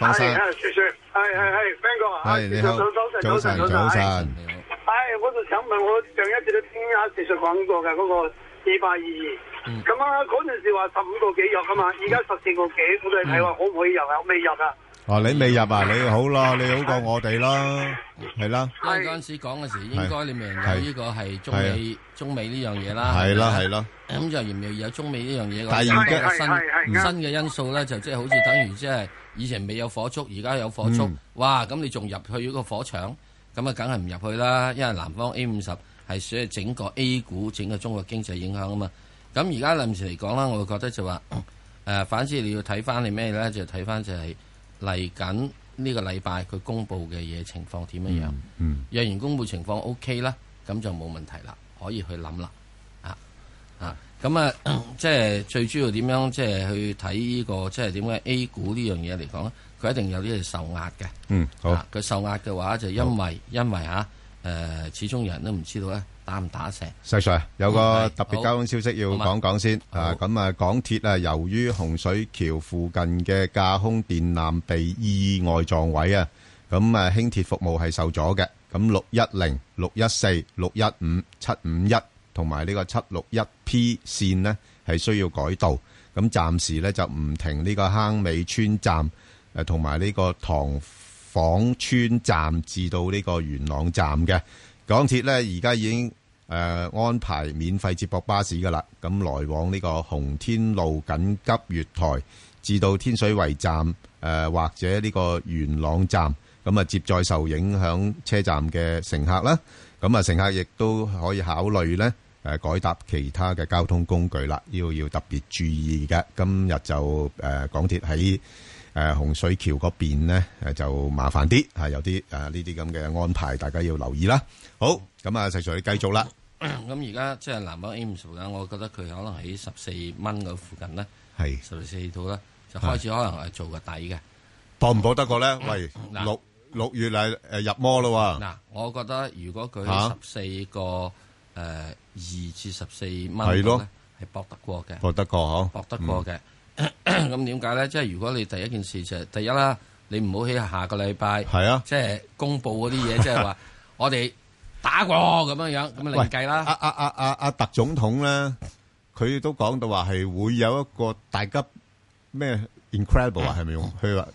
[SPEAKER 1] 方生
[SPEAKER 10] 係，係，雪雪，係係係，Ben 哥啊，
[SPEAKER 1] 係你好
[SPEAKER 10] 早晨，早，晨，
[SPEAKER 1] 早晨早
[SPEAKER 10] 早晨。
[SPEAKER 1] 晨，
[SPEAKER 2] 你好
[SPEAKER 10] 係，我就想問，我上一次都聽阿雪雪講過嘅嗰個二百二二，咁啊嗰陣時話十五個幾入啊嘛，而家十四個幾，我哋睇話可唔可以入啊？我未入啊，
[SPEAKER 1] 哦你未入啊，你好咯，你好過我哋啦，係啦。
[SPEAKER 2] 因為嗰陣時講嘅時，應該你明有呢個係中美中美呢樣嘢啦，啊
[SPEAKER 1] 系啊啦系啦，
[SPEAKER 2] 咁就然後有中美呢樣嘢嘅話，
[SPEAKER 1] 但係而家
[SPEAKER 2] 新
[SPEAKER 10] 係係係啱
[SPEAKER 2] 新嘅因素咧，就即係好似等於即係以前未有火燭，而家有火燭
[SPEAKER 1] 嗯，
[SPEAKER 2] 哇！咁你仲入去嗰個火場，咁啊，梗係唔入去啦，因為南方 A 五十係所以整個 A 股整個中國經濟影響啊嘛。咁而家臨時嚟講啦，我會覺得就話誒、呃反之你要睇翻你咩咧，就睇翻就係嚟緊呢個禮拜佢公布嘅嘢情況點樣樣。
[SPEAKER 1] 嗯，
[SPEAKER 2] 若然公布情況 OK 啦，咁就冇問題啦，可以去諗啦。啊啊，咁啊， 即係最主要點樣，即係去睇呢、個，即係點解 A 股呢樣嘢嚟講咧，佢一定有啲係受壓嘅。
[SPEAKER 1] 嗯，好，
[SPEAKER 2] 啊佢、受壓嘅話就因為因為嚇誒、呃始終人都唔知道咧打唔打成。
[SPEAKER 1] 石 Sir 有個
[SPEAKER 2] 嗯係
[SPEAKER 1] 特別交通消息要
[SPEAKER 2] 好
[SPEAKER 1] 講講先
[SPEAKER 2] 好
[SPEAKER 1] 啊。咁啊，港鐵啊，由於洪水橋附近嘅架空電纜被意外撞毀啊，咁啊，輕鐵服務係受阻嘅。咁六一零、六一四、六一五、七五一同埋呢個七六一 P 線呢，係需要改道。咁暫時呢，就唔停呢個坑尾村站誒同埋呢個塘房村站至到呢個元朗站嘅。港鐵呢，而家已經誒、呃安排免費接駁巴士噶啦，咁來往呢個紅天路緊急月台至到天水圍站誒、呃或者呢個元朗站，咁啊接載受影響車站嘅乘客啦。咁啊，乘客亦都可以考慮呢誒改搭其他嘅交通工具啦，呢個要特別注意嘅。今日就誒、呃港鐵喺誒呃洪水橋嗰邊咧，誒就麻煩啲嚇，有啲誒啊呢啲咁嘅安排，大家要留意啦。好，咁啊，石 Sir 你繼續啦，
[SPEAKER 2] 咁而家即係南方 A 五十啦，我覺得佢可能喺十四蚊嗰附近咧，
[SPEAKER 1] 係
[SPEAKER 2] 十四度啦，就開始可能係做個底嘅。
[SPEAKER 1] 搏唔搏得過咧？喂，
[SPEAKER 2] 嗯嗱
[SPEAKER 1] 六六月嚟誒入魔咯喎，
[SPEAKER 2] 嗱，我覺得如果佢
[SPEAKER 1] 啊嚇
[SPEAKER 2] 十四個誒二至十四蚊
[SPEAKER 1] 係
[SPEAKER 2] 度
[SPEAKER 1] 咯嗯
[SPEAKER 2] 咧，係搏得過嘅，
[SPEAKER 1] 搏得過嗬，
[SPEAKER 2] 搏得過嘅。 咁點解咧？即係如果你第一件事就係第一啦，你唔好喺下個禮拜
[SPEAKER 1] 嗯，係啊，
[SPEAKER 2] 即係公佈嗰啲 嘢，即係話我哋打過咁樣樣，咁你
[SPEAKER 1] 喂啊
[SPEAKER 2] 計
[SPEAKER 1] 阿
[SPEAKER 2] 啦。
[SPEAKER 1] 阿阿阿阿特總統咧，佢
[SPEAKER 2] 嗯
[SPEAKER 1] 都講到話係會有一個大家咩 incredible 啊，係咪用佢話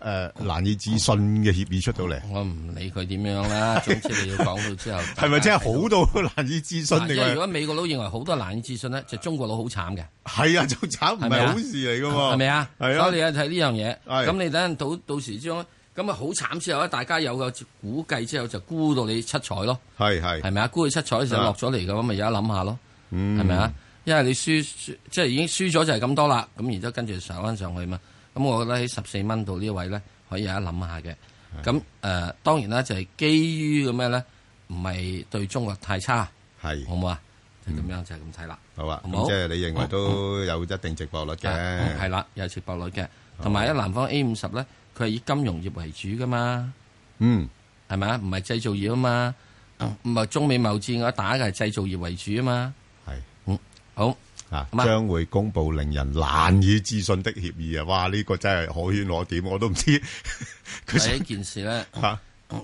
[SPEAKER 1] 诶难以置信嘅協議出到嚟，
[SPEAKER 2] 我唔理佢點樣 啦，總之你要講到之後，
[SPEAKER 1] 係咪真係好到 難以置信
[SPEAKER 2] 嗱
[SPEAKER 1] 定
[SPEAKER 2] 因為如
[SPEAKER 1] 係
[SPEAKER 2] 果美國佬認為好多難以置信咧，就中國佬好慘嘅。
[SPEAKER 1] 係啊， 就慘唔係好事嚟噶嘛？
[SPEAKER 2] 係咪啊？
[SPEAKER 1] 係啊，
[SPEAKER 2] 所以你睇呢樣嘢，
[SPEAKER 1] 係
[SPEAKER 2] 咁你等陣到到時之後咧，咁啊好慘之後咧，大家有個估計之後就估到你七彩咯，
[SPEAKER 1] 係係
[SPEAKER 2] 係咪啊？估佢七彩就
[SPEAKER 1] 啊嗯
[SPEAKER 2] 落咗嚟嘅，咁咪而家諗下咯，
[SPEAKER 1] 係
[SPEAKER 2] 係咪啊？？因為你輸輸即係已經輸咗就係咁多啦，咁然之後跟住上翻上去嘛，咁我覺得喺十四蚊度呢位咧可以有一諗下嘅。咁誒、呃、當然啦，就係基於嘅咩咧，唔係對中國太差，
[SPEAKER 1] 係
[SPEAKER 2] 好唔好啊？就咁樣就係咁睇啦。
[SPEAKER 1] 好啊，
[SPEAKER 2] 好唔好
[SPEAKER 1] 咁即係你認為都有一定直播率嘅，嗯哦
[SPEAKER 2] 啊係啦，有直播率嘅，同埋咧南方 A 五十咧，佢係以金融業為主噶嘛，
[SPEAKER 1] 嗯，
[SPEAKER 2] 係咪啊？唔係製造業啊嘛，
[SPEAKER 1] 哦
[SPEAKER 2] 唔係中美貿戰我打嘅係製造業為主啊嘛，
[SPEAKER 1] 係，
[SPEAKER 2] 嗯，好，
[SPEAKER 1] 啊，
[SPEAKER 2] 咁啊
[SPEAKER 1] 將會公布令人難以置信的協議啊！哇，呢個真係可圈可點，我都唔知 佢
[SPEAKER 2] 第一
[SPEAKER 1] 想
[SPEAKER 2] 件 事咧
[SPEAKER 1] 嚇，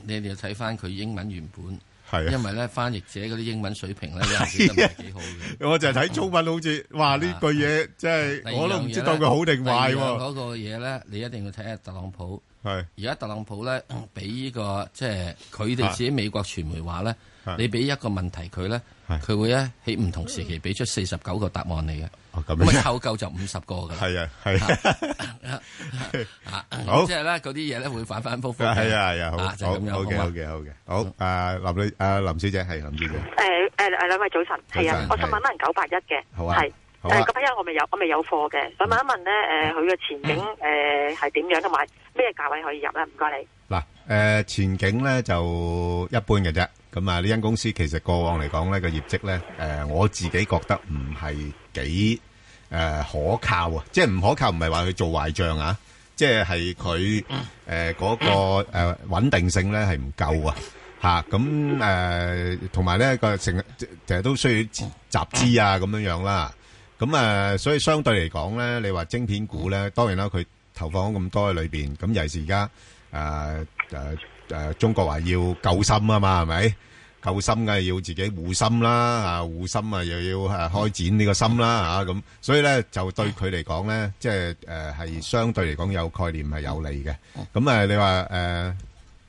[SPEAKER 2] 你哋要睇翻佢英文原本，
[SPEAKER 1] 係啊啊
[SPEAKER 2] 因為咧翻譯者嗰啲英文水平咧，有陣時都唔係幾好嘅。
[SPEAKER 1] 我就係睇中文好似，哇！呢句嘢真
[SPEAKER 2] 第二
[SPEAKER 1] 係我都唔
[SPEAKER 2] 樣嘢
[SPEAKER 1] 知
[SPEAKER 2] 呢
[SPEAKER 1] 當佢好定壞
[SPEAKER 2] 第二樣
[SPEAKER 1] 喎。
[SPEAKER 2] 嗰個嘢咧，你一定要睇下特朗普。
[SPEAKER 1] 係
[SPEAKER 2] 而家特朗普咧，俾呢 個即係佢哋
[SPEAKER 1] 係
[SPEAKER 2] 自己美國傳媒話咧
[SPEAKER 1] 係，
[SPEAKER 2] 你俾一個問題佢咧，
[SPEAKER 1] 係
[SPEAKER 2] 佢會咧喺唔同時期俾出四十九個答案你嘅。
[SPEAKER 1] 哦咁樣
[SPEAKER 2] 咁啊，湊夠就五十個㗎啦。
[SPEAKER 1] 係啊係啊。
[SPEAKER 2] 啊
[SPEAKER 1] 好
[SPEAKER 2] 即係咧嗰啲嘢咧會反反覆覆嘅。
[SPEAKER 1] 係啊係啊，好，
[SPEAKER 2] 啊就係咁樣
[SPEAKER 1] 好
[SPEAKER 2] 好
[SPEAKER 1] 嘅，好
[SPEAKER 2] 嘛。
[SPEAKER 1] 嘅，好嘅，好。誒，林女，誒，林小姐係林小姐，
[SPEAKER 8] 诶诶诶，兩位早晨，係
[SPEAKER 1] 早晨
[SPEAKER 8] 啊，我想
[SPEAKER 1] 係
[SPEAKER 8] 問一問九八一嘅，
[SPEAKER 1] 好啊
[SPEAKER 8] 係
[SPEAKER 1] 好
[SPEAKER 8] 诶
[SPEAKER 1] 啊
[SPEAKER 8] 九八一我未有我未有貨嘅，想問一問咧诶佢嘅前景
[SPEAKER 1] 嗯
[SPEAKER 8] 诶係點樣，同埋咩價位可以入咧？唔該你。
[SPEAKER 1] 嗱，誒前景咧就一般嘅啫。咁啊，呢間公司其實過往嚟講咧個業績咧，誒我自己覺得唔係幾誒可靠啊，即係唔可靠，唔係話佢做壞帳啊，即係係佢誒嗰個誒穩定性咧係唔夠啊。吓咁誒，同埋咧個成成日都需要集資啊咁樣樣啦。咁誒、呃所以相對嚟講咧，你話晶片股咧，當然啦，佢投放咗咁多喺裏邊，咁尤其是而家誒誒誒，中國話要救心啊嘛，係咪？救心梗係要自己護心啦，啊護心啊又要誒開展呢個心啦啊咁，所以咧就對佢嚟講咧，即係誒係相對嚟講有概念係有利嘅。咁誒、呃你話誒、呃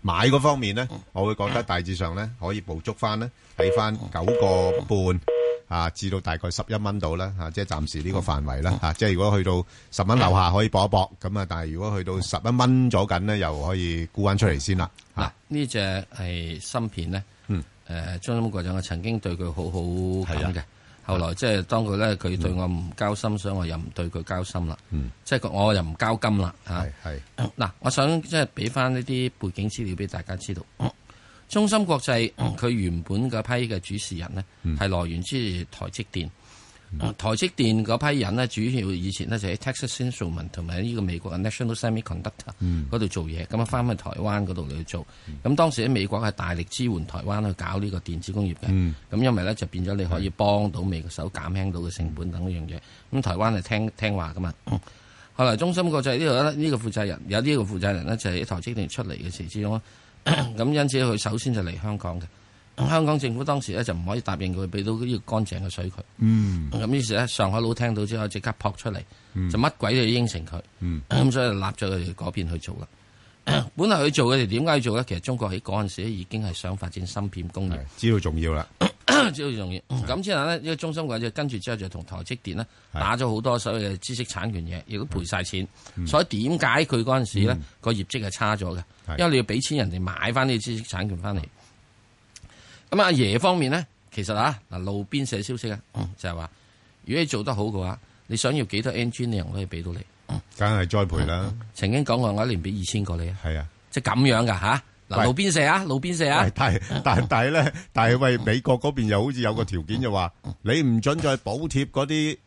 [SPEAKER 1] 買嗰方面咧，我會覺得大致上咧可以捕捉翻咧，睇翻九個半。啊，至到大概十一蚊度啦，啊，即係暫時
[SPEAKER 2] 哦
[SPEAKER 1] 呢個範圍啦，啊，即係如果去到十蚊樓
[SPEAKER 2] 嗯
[SPEAKER 1] 下可以搏一搏，咁啊，但係如果去到十一蚊咗緊咧，又可以沽翻出嚟先啦，
[SPEAKER 2] 嗱
[SPEAKER 1] 啊，，
[SPEAKER 2] 呢只係芯片咧，
[SPEAKER 1] 嗯
[SPEAKER 2] 誒中心局長我曾經對佢好好
[SPEAKER 1] 係啊
[SPEAKER 2] 感嘅，後來即係當佢咧佢對我唔交心，所以我又唔對佢交心啦，
[SPEAKER 1] 嗯
[SPEAKER 2] 即係佢我又唔交金啦嚇。
[SPEAKER 1] 係係，
[SPEAKER 2] 嗱，我想即係俾翻呢啲背景資料俾大家知道。嗯中芯國際嗯佢原本嗰批嘅主事人呢，係來源之台積電。嗯台積電嗰批人呢，主要以前呢就喺 Texas Instrument 同埋呢個美國嘅 National Semiconductor 嗰度做嘢，咁啊翻去台灣嗰度嚟去做。咁當時喺美國係大力支援台灣去搞呢個電子工業嘅。咁因為呢，就變咗你可以幫到美國手減輕到嘅成本等一樣嘢。咁台灣係聽聽話噶嘛。後來中心國際呢度咧，呢、個負責人有呢個負責人呢，就係喺台積電出嚟嘅時之中咧 咁因此佢首先就嚟香港嘅。香港政府當時咧就唔可以答應佢俾到呢個乾淨嘅水佢。
[SPEAKER 1] 嗯
[SPEAKER 2] 咁於是咧，上海佬聽到之後即刻撲出嚟，就乜鬼都要應承佢。咁、所以就立咗佢哋嗰邊去做啦。 本來佢做嘅哋點解要做咧？其實中國喺嗰陣時已經係想發展芯片工業
[SPEAKER 1] 係。知道重要啦，
[SPEAKER 2] 主要重要。嗯咁之後呢，呢個中心國際跟住之後就同台積電呢
[SPEAKER 1] 係
[SPEAKER 2] 打咗好多所謂嘅知識產權嘢，亦都賠晒錢。
[SPEAKER 1] 嗯
[SPEAKER 2] 所以點解佢嗰陣時咧個業績係差咗
[SPEAKER 1] 係
[SPEAKER 2] 嘅？因為你要俾錢人哋買翻呢啲知識產權翻嚟。咁阿爺方面呢，其實啊嗱路邊社消息啊，
[SPEAKER 1] 嗯
[SPEAKER 2] 就係話如果你做得好嘅話，你想要幾多 engineer 我可以俾到你。
[SPEAKER 1] 梗係栽培啦，
[SPEAKER 2] 曾經講過我一年俾二千個你啊，
[SPEAKER 1] 係啊。
[SPEAKER 2] 即係咁樣噶吓。嗱
[SPEAKER 1] 喂
[SPEAKER 2] 路邊社啊，路邊社啊
[SPEAKER 1] 喂，但係但係但係咧，但係喂，美國嗰邊又好似有個條件就話，你唔准再補貼嗰啲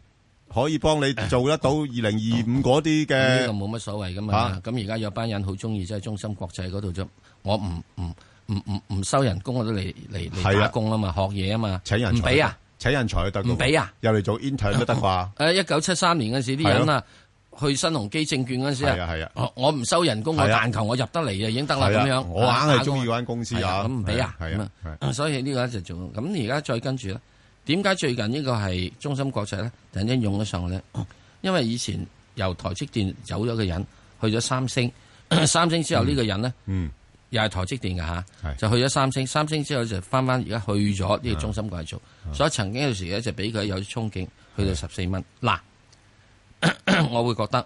[SPEAKER 1] 可以幫你做得到二零二
[SPEAKER 2] 嗯
[SPEAKER 1] 五嗰啲
[SPEAKER 2] 呢個
[SPEAKER 1] 嘅，
[SPEAKER 2] 冇乜所謂噶
[SPEAKER 1] 啊
[SPEAKER 2] 嘛。咁而家有班人好中意即係中心國際嗰度啫，我唔唔唔唔唔收人工，我都嚟嚟
[SPEAKER 1] 係
[SPEAKER 2] 嚟
[SPEAKER 1] 啊
[SPEAKER 2] 打工啊嘛，學嘢啊嘛，
[SPEAKER 1] 請人才
[SPEAKER 2] 唔俾啊！，
[SPEAKER 1] 請人才都得㗎喎，
[SPEAKER 2] 唔俾啊
[SPEAKER 1] 又嚟做 intern 都得 啩，
[SPEAKER 2] 誒，一九七三年嗰時啲人啊，去新鴻基證券嗰時
[SPEAKER 1] 係啊係啊
[SPEAKER 2] 啊，我我唔收人工，我
[SPEAKER 1] 係啊
[SPEAKER 2] 但求我入得嚟就已經得啦
[SPEAKER 1] 係啊
[SPEAKER 2] 咁樣。
[SPEAKER 1] 我硬係中意嗰間公司
[SPEAKER 2] 係
[SPEAKER 1] 啊，
[SPEAKER 2] 咁唔俾啊，
[SPEAKER 1] 係
[SPEAKER 2] 咁
[SPEAKER 1] 啊，係啊
[SPEAKER 2] 啊，所以呢個一直做。咁而家再跟住咧，點解最近呢個係中心國際咧，突然 間用咗上去咧？因為以前由台積電走咗嘅人去咗三星， 三星之後呢個人咧，
[SPEAKER 1] 嗯，
[SPEAKER 2] 又係台積電嘅吓，就去咗三星，三星之後就翻翻而家去咗
[SPEAKER 1] 啊
[SPEAKER 2] 呢個中心嗰度做，所以曾經有時咧就俾佢有啲憧憬，去到十四蚊。嗱， 我會覺得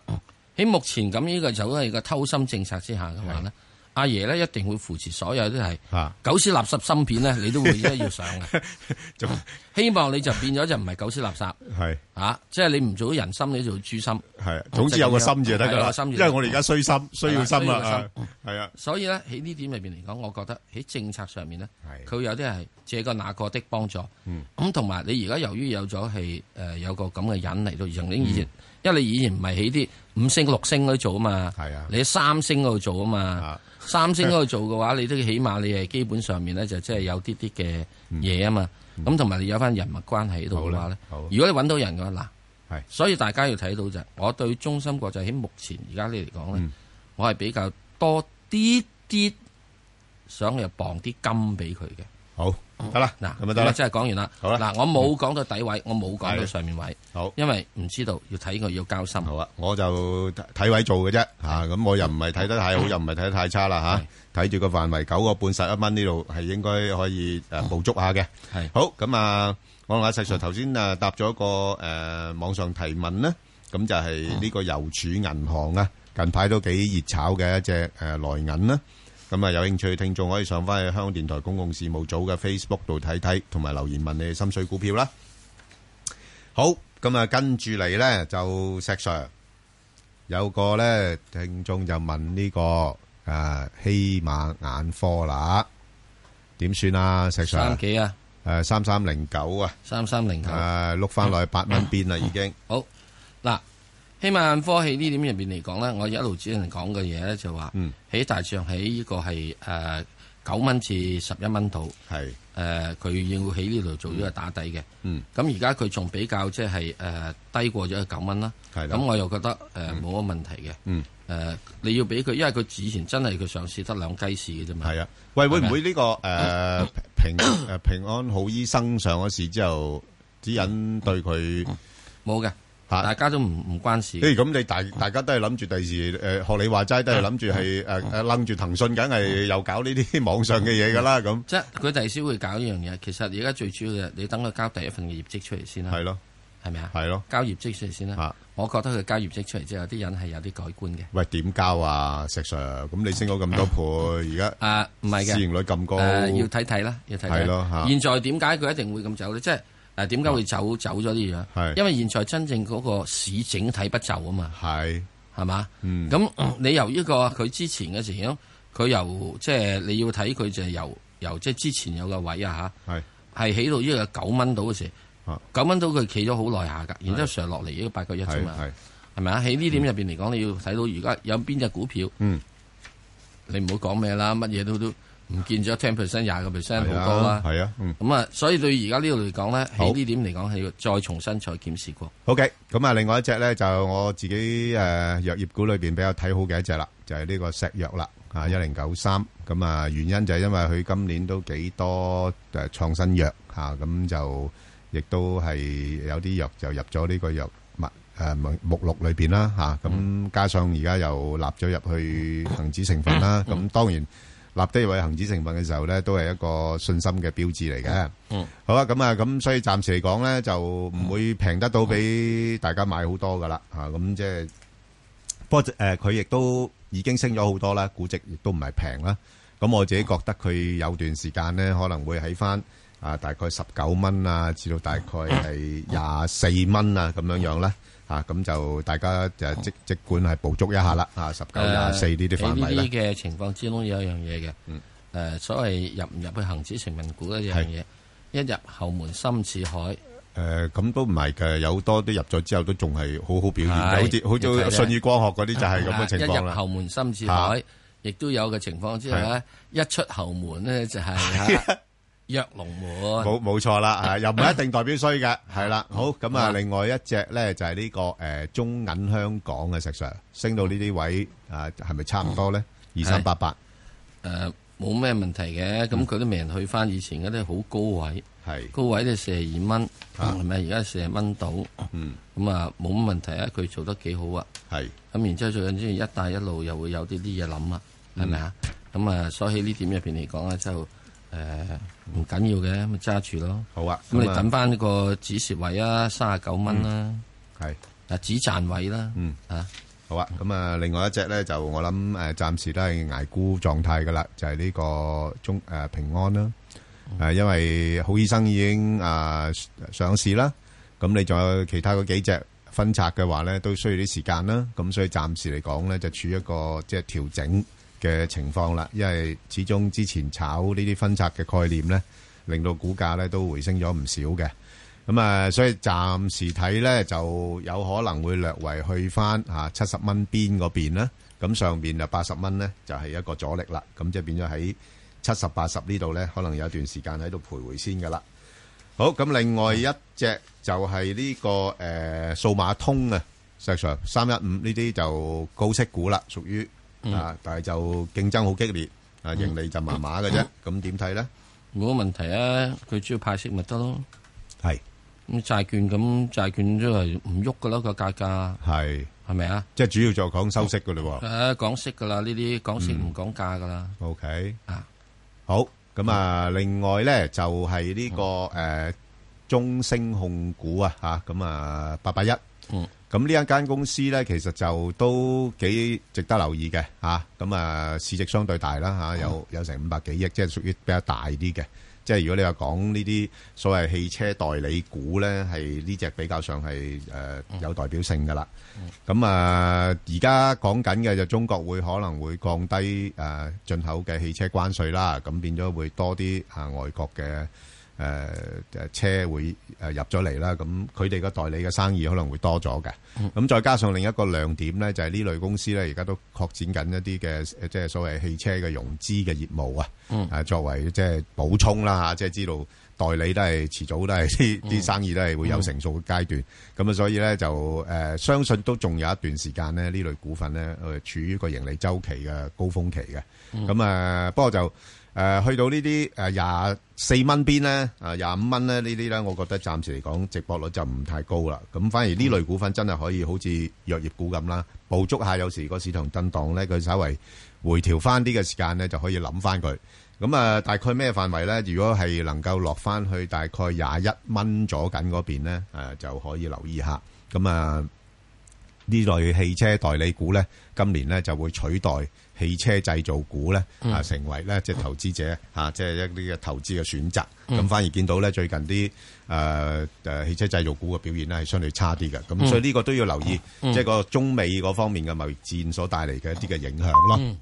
[SPEAKER 2] 喺目前咁呢個就係個偷心政策之下嘅話咧，阿爺咧一定會扶持所有都係狗屎垃圾芯片咧，你都會一定要上 嘅。希望你就變咗就唔係狗屎垃圾。
[SPEAKER 1] 係
[SPEAKER 2] 啊，即係你唔做人心，你做豬心。係
[SPEAKER 1] 總之有個心字就得㗎啦因為我哋而家衰心需要心啊啦
[SPEAKER 2] 係啊。所以咧喺呢點裏邊嚟講，我覺得喺政策上面咧，
[SPEAKER 1] 啊
[SPEAKER 2] 佢有啲係嗯這個那個的幫助。咁同埋你而家由於有咗係誒有個咁嘅人嚟到，曾經以前，因為你以前唔係喺啲五星六星嗰度做啊嘛，係啊，你喺三星嗰度做啊嘛，三星嗰度做嘅話，你都起碼你係基本上面咧就即係有啲啲嘅嘢啊嘛，咁同埋你有翻人脈關係喺度嘅話咧，如果你揾到人嘅話嗱。
[SPEAKER 1] 係，
[SPEAKER 2] 所以大家要睇到就係，我對中芯國際喺目前而家呢嚟講咧，
[SPEAKER 1] 嗯
[SPEAKER 2] 我係比較多啲啲想入磅啲金俾佢嘅。
[SPEAKER 1] 好，得啦，
[SPEAKER 2] 嗱啊
[SPEAKER 1] 咁就啊得啦
[SPEAKER 2] 即係講完啦。
[SPEAKER 1] 好啦嗯
[SPEAKER 2] 嗱，我冇講到底位，我冇講到
[SPEAKER 1] 係
[SPEAKER 2] 上面位。
[SPEAKER 1] 好，
[SPEAKER 2] 因為唔知道要睇佢要交心。
[SPEAKER 1] 好啊，我就睇位做嘅啫吓，咁我又唔係睇得太好，又唔係睇得太差啦吓，睇住個範圍九個半十一蚊呢度係應該可以誒捕捉下嘅。
[SPEAKER 2] 係
[SPEAKER 1] 好咁啊，我同阿石 Sir 頭先啊答咗個誒網上提問咧，咁就係呢個郵儲銀行啊，近排都幾熱炒嘅一隻誒內銀啦。咁啊，有興趣嘅聽眾可以上翻去香港電台公共事務組嘅 Facebook 度睇睇，同埋留言問你哋心水股票啦。好，咁啊，跟住嚟咧就石 Sir 有個咧聽眾就問呢、個啊希馬眼科啦，點算啊？石 Sir
[SPEAKER 2] 三幾啊？
[SPEAKER 1] 誒三三零九啊，
[SPEAKER 2] 三三零九
[SPEAKER 1] 誒碌翻落去八蚊邊啦，已經
[SPEAKER 2] 好嗱，希望科技呢點入邊嚟講咧，我一路只能講嘅嘢咧就話，
[SPEAKER 1] 嗯
[SPEAKER 2] 喺大致上喺呢個係誒九蚊至十一蚊度，
[SPEAKER 1] 係
[SPEAKER 2] 誒呃佢要喺呢度做呢個打底嘅。
[SPEAKER 1] 嗯，
[SPEAKER 2] 咁而家佢仲比較即係誒低過咗九蚊啦。
[SPEAKER 1] 係啦
[SPEAKER 2] 咁我又覺得誒冇乜問題嘅。
[SPEAKER 1] 嗯。
[SPEAKER 2] 誒，你要俾佢，因為佢以前真係佢上市得兩雞市嘅啫嘛。
[SPEAKER 1] 係啊，喂，會唔會
[SPEAKER 2] 係咪
[SPEAKER 1] 呢個誒平誒平安好醫生上咗市之後，指引對佢
[SPEAKER 2] 冇嘅？
[SPEAKER 1] 啊
[SPEAKER 2] 大家都唔唔關事。
[SPEAKER 1] 誒咁你大大家都係諗住第時誒學你話齋都係諗住係誒誒楞住騰訊，梗係又搞呢啲網上嘅嘢㗎啦咁。
[SPEAKER 2] 即係佢第時會搞呢樣嘢。其實而家最主要嘅，你等佢交第一份嘅業績出嚟先啦。
[SPEAKER 1] 係咯，
[SPEAKER 2] 係咪啊？
[SPEAKER 1] 係啊咯，
[SPEAKER 2] 交業績出嚟先啦。我覺得佢交業績出嚟之後，啲人係有啲改觀嘅。
[SPEAKER 1] 喂，點交啊，石 Sir？咁你升咗咁多倍，而
[SPEAKER 2] 家
[SPEAKER 1] 誒
[SPEAKER 2] 啊唔係嘅
[SPEAKER 1] 市盈率咁高，
[SPEAKER 2] 誒要睇睇啦，要睇睇。
[SPEAKER 1] 係咯嚇
[SPEAKER 2] 現在點解佢一定會咁走咧？即係誒點解會走走咗呢樣？
[SPEAKER 1] 係
[SPEAKER 2] 因為現在真正嗰個市整體不就啊嘛。
[SPEAKER 1] 係
[SPEAKER 2] 係嘛？
[SPEAKER 1] 嗯
[SPEAKER 2] 咁嗯你由呢個佢之前嘅時候，佢由即係你要睇佢就係由由即係之前有個位啊
[SPEAKER 1] 吓，係
[SPEAKER 2] 係起到呢個九蚊到嘅時
[SPEAKER 1] 候，
[SPEAKER 2] 九蚊到佢企咗好耐下㗎，然之後上落嚟呢個八個一啫嘛
[SPEAKER 1] 係係，
[SPEAKER 2] 係咪啊？喺呢點入邊嚟講，你要睇到而家有邊只股票，
[SPEAKER 1] 嗯，
[SPEAKER 2] 你唔好講咩啦，乜嘢都都唔見咗 ten percent 廿個 percent 好
[SPEAKER 1] 係
[SPEAKER 2] 多
[SPEAKER 1] 啊
[SPEAKER 2] 啦，
[SPEAKER 1] 係啊，嗯。
[SPEAKER 2] 咁啊，所以對而家呢度嚟講咧，
[SPEAKER 1] 好
[SPEAKER 2] 喺呢點嚟講係要再重新再檢視過。
[SPEAKER 1] 好嘅，咁啊，另外一隻呢，就我自己，誒，藥業股裏邊比較睇好嘅一隻啦，就係呢個石藥啦，啊，1093，咁啊，原因就係因為佢今年都幾多，誒，創新藥，啊，咁就亦都係有啲藥就入咗呢個藥物，誒，目-目錄裏邊啦，啊，咁加上而家又納咗入去恒指成分啦，咁當然納得入去恒指成分嘅時候呢，都係一個信心嘅標誌嚟嘅。
[SPEAKER 2] 嗯。
[SPEAKER 1] 好啊，咁啊，咁所以暫時嚟講咧，就唔會平得到俾大家買好多噶啦，啊，咁即係，不過誒，佢亦都已經升咗好多啦，估值亦都唔係平啦。咁我自己覺得佢有段時間咧，可能會喺翻啊大概十九蚊啊，至到大概係廿四蚊啊咁樣樣啦，啊，咁就大家就即即管係捕捉一下啦，啊，十九廿四呢啲範
[SPEAKER 2] 喺
[SPEAKER 1] 圍
[SPEAKER 2] 呢
[SPEAKER 1] 啦嗯
[SPEAKER 2] 啲，嘅情況之中有一樣嘢嘅，誒所謂入唔入去恒指成分股呢一樣嘢，一入後門深似海，
[SPEAKER 1] 誒咁都唔係嘅，有好多都入咗之後都仲係好好表現
[SPEAKER 2] 係
[SPEAKER 1] 嘅，好似好
[SPEAKER 2] 要睇
[SPEAKER 1] 似
[SPEAKER 2] 啫
[SPEAKER 1] 信宇光學嗰啲就係咁嘅情
[SPEAKER 2] 啊一
[SPEAKER 1] 況
[SPEAKER 2] 入
[SPEAKER 1] 啦。
[SPEAKER 2] 後門深似
[SPEAKER 1] 啊
[SPEAKER 2] 海，亦都有嘅情況之下咧，一出後門呢就 係啊躍龍門。
[SPEAKER 1] 冇冇錯 啦，啊又唔一定代表衰嘅，係啦。好咁啊，另外一隻咧就係呢個誒中銀香港嘅石 Sir 升到呢啲位啊，係咪差唔多咧？二三八八
[SPEAKER 2] 呃
[SPEAKER 1] 嗯
[SPEAKER 2] 誒冇咩問題嘅，咁佢都未人去翻以前嗰啲好高位，
[SPEAKER 1] 係
[SPEAKER 2] 高位都四十二蚊，係咪？而家四十蚊到，
[SPEAKER 1] 啊嗯，
[SPEAKER 2] 咁啊冇乜問題啊，佢做得幾好啊。
[SPEAKER 1] 係。
[SPEAKER 2] 咁然之後最緊要一帶一路又會有啲啲嘢諗啊，
[SPEAKER 1] 嗯
[SPEAKER 2] 係咪啊？咁啊，所以呢點入邊嚟講咧，就誒唔緊要嘅，咪揸住咯。
[SPEAKER 1] 好啊
[SPEAKER 2] 咁你
[SPEAKER 1] 咁啊
[SPEAKER 2] 等翻呢個止蝕位啊，三十九蚊啦，
[SPEAKER 1] 係
[SPEAKER 2] 啊止賺位啦，
[SPEAKER 1] 嗯
[SPEAKER 2] 啊。
[SPEAKER 1] 好啊，咁啊，另外一隻咧就我諗诶，暂时都係捱沽狀態噶啦，就係呢個中诶、呃平安啦。诶、因為好醫生已經啊、上市啦，咁你仲有其他嗰幾隻分拆嘅話咧，都需要啲時間啦。咁所以暫時嚟講咧，就處於一個即係調整嘅情況啦。因為始終之前炒呢啲分拆嘅概念咧，令到股價咧都回升咗唔少嘅。咁啊，所以暫時睇咧就有可能會略為去翻嚇七十蚊邊嗰邊啦。咁上邊就八十蚊咧就係、一個阻力啦。咁即係變咗喺七十八十呢度咧，可能有段時間喺度徘徊先噶啦。好，咁另外一隻就係呢、個誒、呃、數碼通啊，石 Sir 三一五呢啲就高息股啦，屬於、
[SPEAKER 2] 嗯
[SPEAKER 1] 啊，但係就競爭好激烈，啊盈利就麻麻嘅啫。咁點睇咧？
[SPEAKER 2] 冇乜問題啊，佢主要派息咪得咯。
[SPEAKER 1] 係。
[SPEAKER 2] 咁債券咁債券都係唔喐噶啦個價格。
[SPEAKER 1] 係
[SPEAKER 2] 係咪啊？
[SPEAKER 1] 即係主要就講收息嘅嘞喎。
[SPEAKER 2] 誒講息噶啦，呢啲講息唔講價噶啦。
[SPEAKER 1] O K
[SPEAKER 2] 啊，
[SPEAKER 1] 好咁啊！另外咧就係呢個誒中升控股啊嚇，咁啊八八一。
[SPEAKER 2] 嗯。
[SPEAKER 1] 咁呢一間公司咧，其實就都幾值得留意嘅嚇。咁啊，市值相對大啦嚇，有
[SPEAKER 2] 嗯
[SPEAKER 1] 有成五百幾億，即係屬於比較大啲嘅。即係如果你話講呢啲所謂汽車代理股咧，係呢只比較上係誒、呃
[SPEAKER 2] 嗯
[SPEAKER 1] 有代表性噶啦。咁啊，而家講緊嘅就中國會可能會降低誒、呃、進口嘅汽車關税啦，咁變咗會多啲啊外國嘅誒誒車會誒呃入咗嚟啦，咁佢哋嘅代理嘅生意可能會多咗嘅。咁、再加上另一個亮點咧，就係、呢類公司咧，而家都擴展緊一啲嘅呃即係所謂汽車嘅融資嘅業務啊。
[SPEAKER 2] 嗯
[SPEAKER 1] 啊作為即係補充啦啊嚇，即係知道代理都係遲早都係啲啲生意都係會有成熟嘅階段，咁啊所以咧就誒、呃相信都仲有一段時間咧呢類呃股份咧誒處於個盈利周期嘅高峰期嘅，
[SPEAKER 11] 嗯
[SPEAKER 1] 咁啊、不過就誒、呃去到呢啲誒廿四蚊邊咧啊廿五蚊咧呢啲咧，我覺得暫時嚟講直播率就唔太高啦，咁反而呢類股份真係可以好似藥業股咁啦，捕捉下有時個市場震盪咧，佢稍為回調翻啲嘅時間咧就可以諗翻佢。咁啊，大概咩範圍咧？如果係能夠落翻去大概廿一蚊左緊嗰邊咧，誒、呃就可以留意下。咁啊，呢類汽車代理股咧，今年咧就會取代汽車製造股咧，
[SPEAKER 11] 嗯
[SPEAKER 1] 啊成為咧即係投資者啊，即係一啲嘅投資嘅選擇。咁、
[SPEAKER 11] 嗯
[SPEAKER 1] 反而見到咧最近啲誒誒汽車製造股嘅表現咧係相對差啲嘅，咁、
[SPEAKER 11] 嗯
[SPEAKER 1] 所以呢個都要留意，
[SPEAKER 11] 嗯
[SPEAKER 1] 即係個中美嗰方面嘅貿易戰所帶嚟嘅一啲嘅影響咯。
[SPEAKER 2] 嗯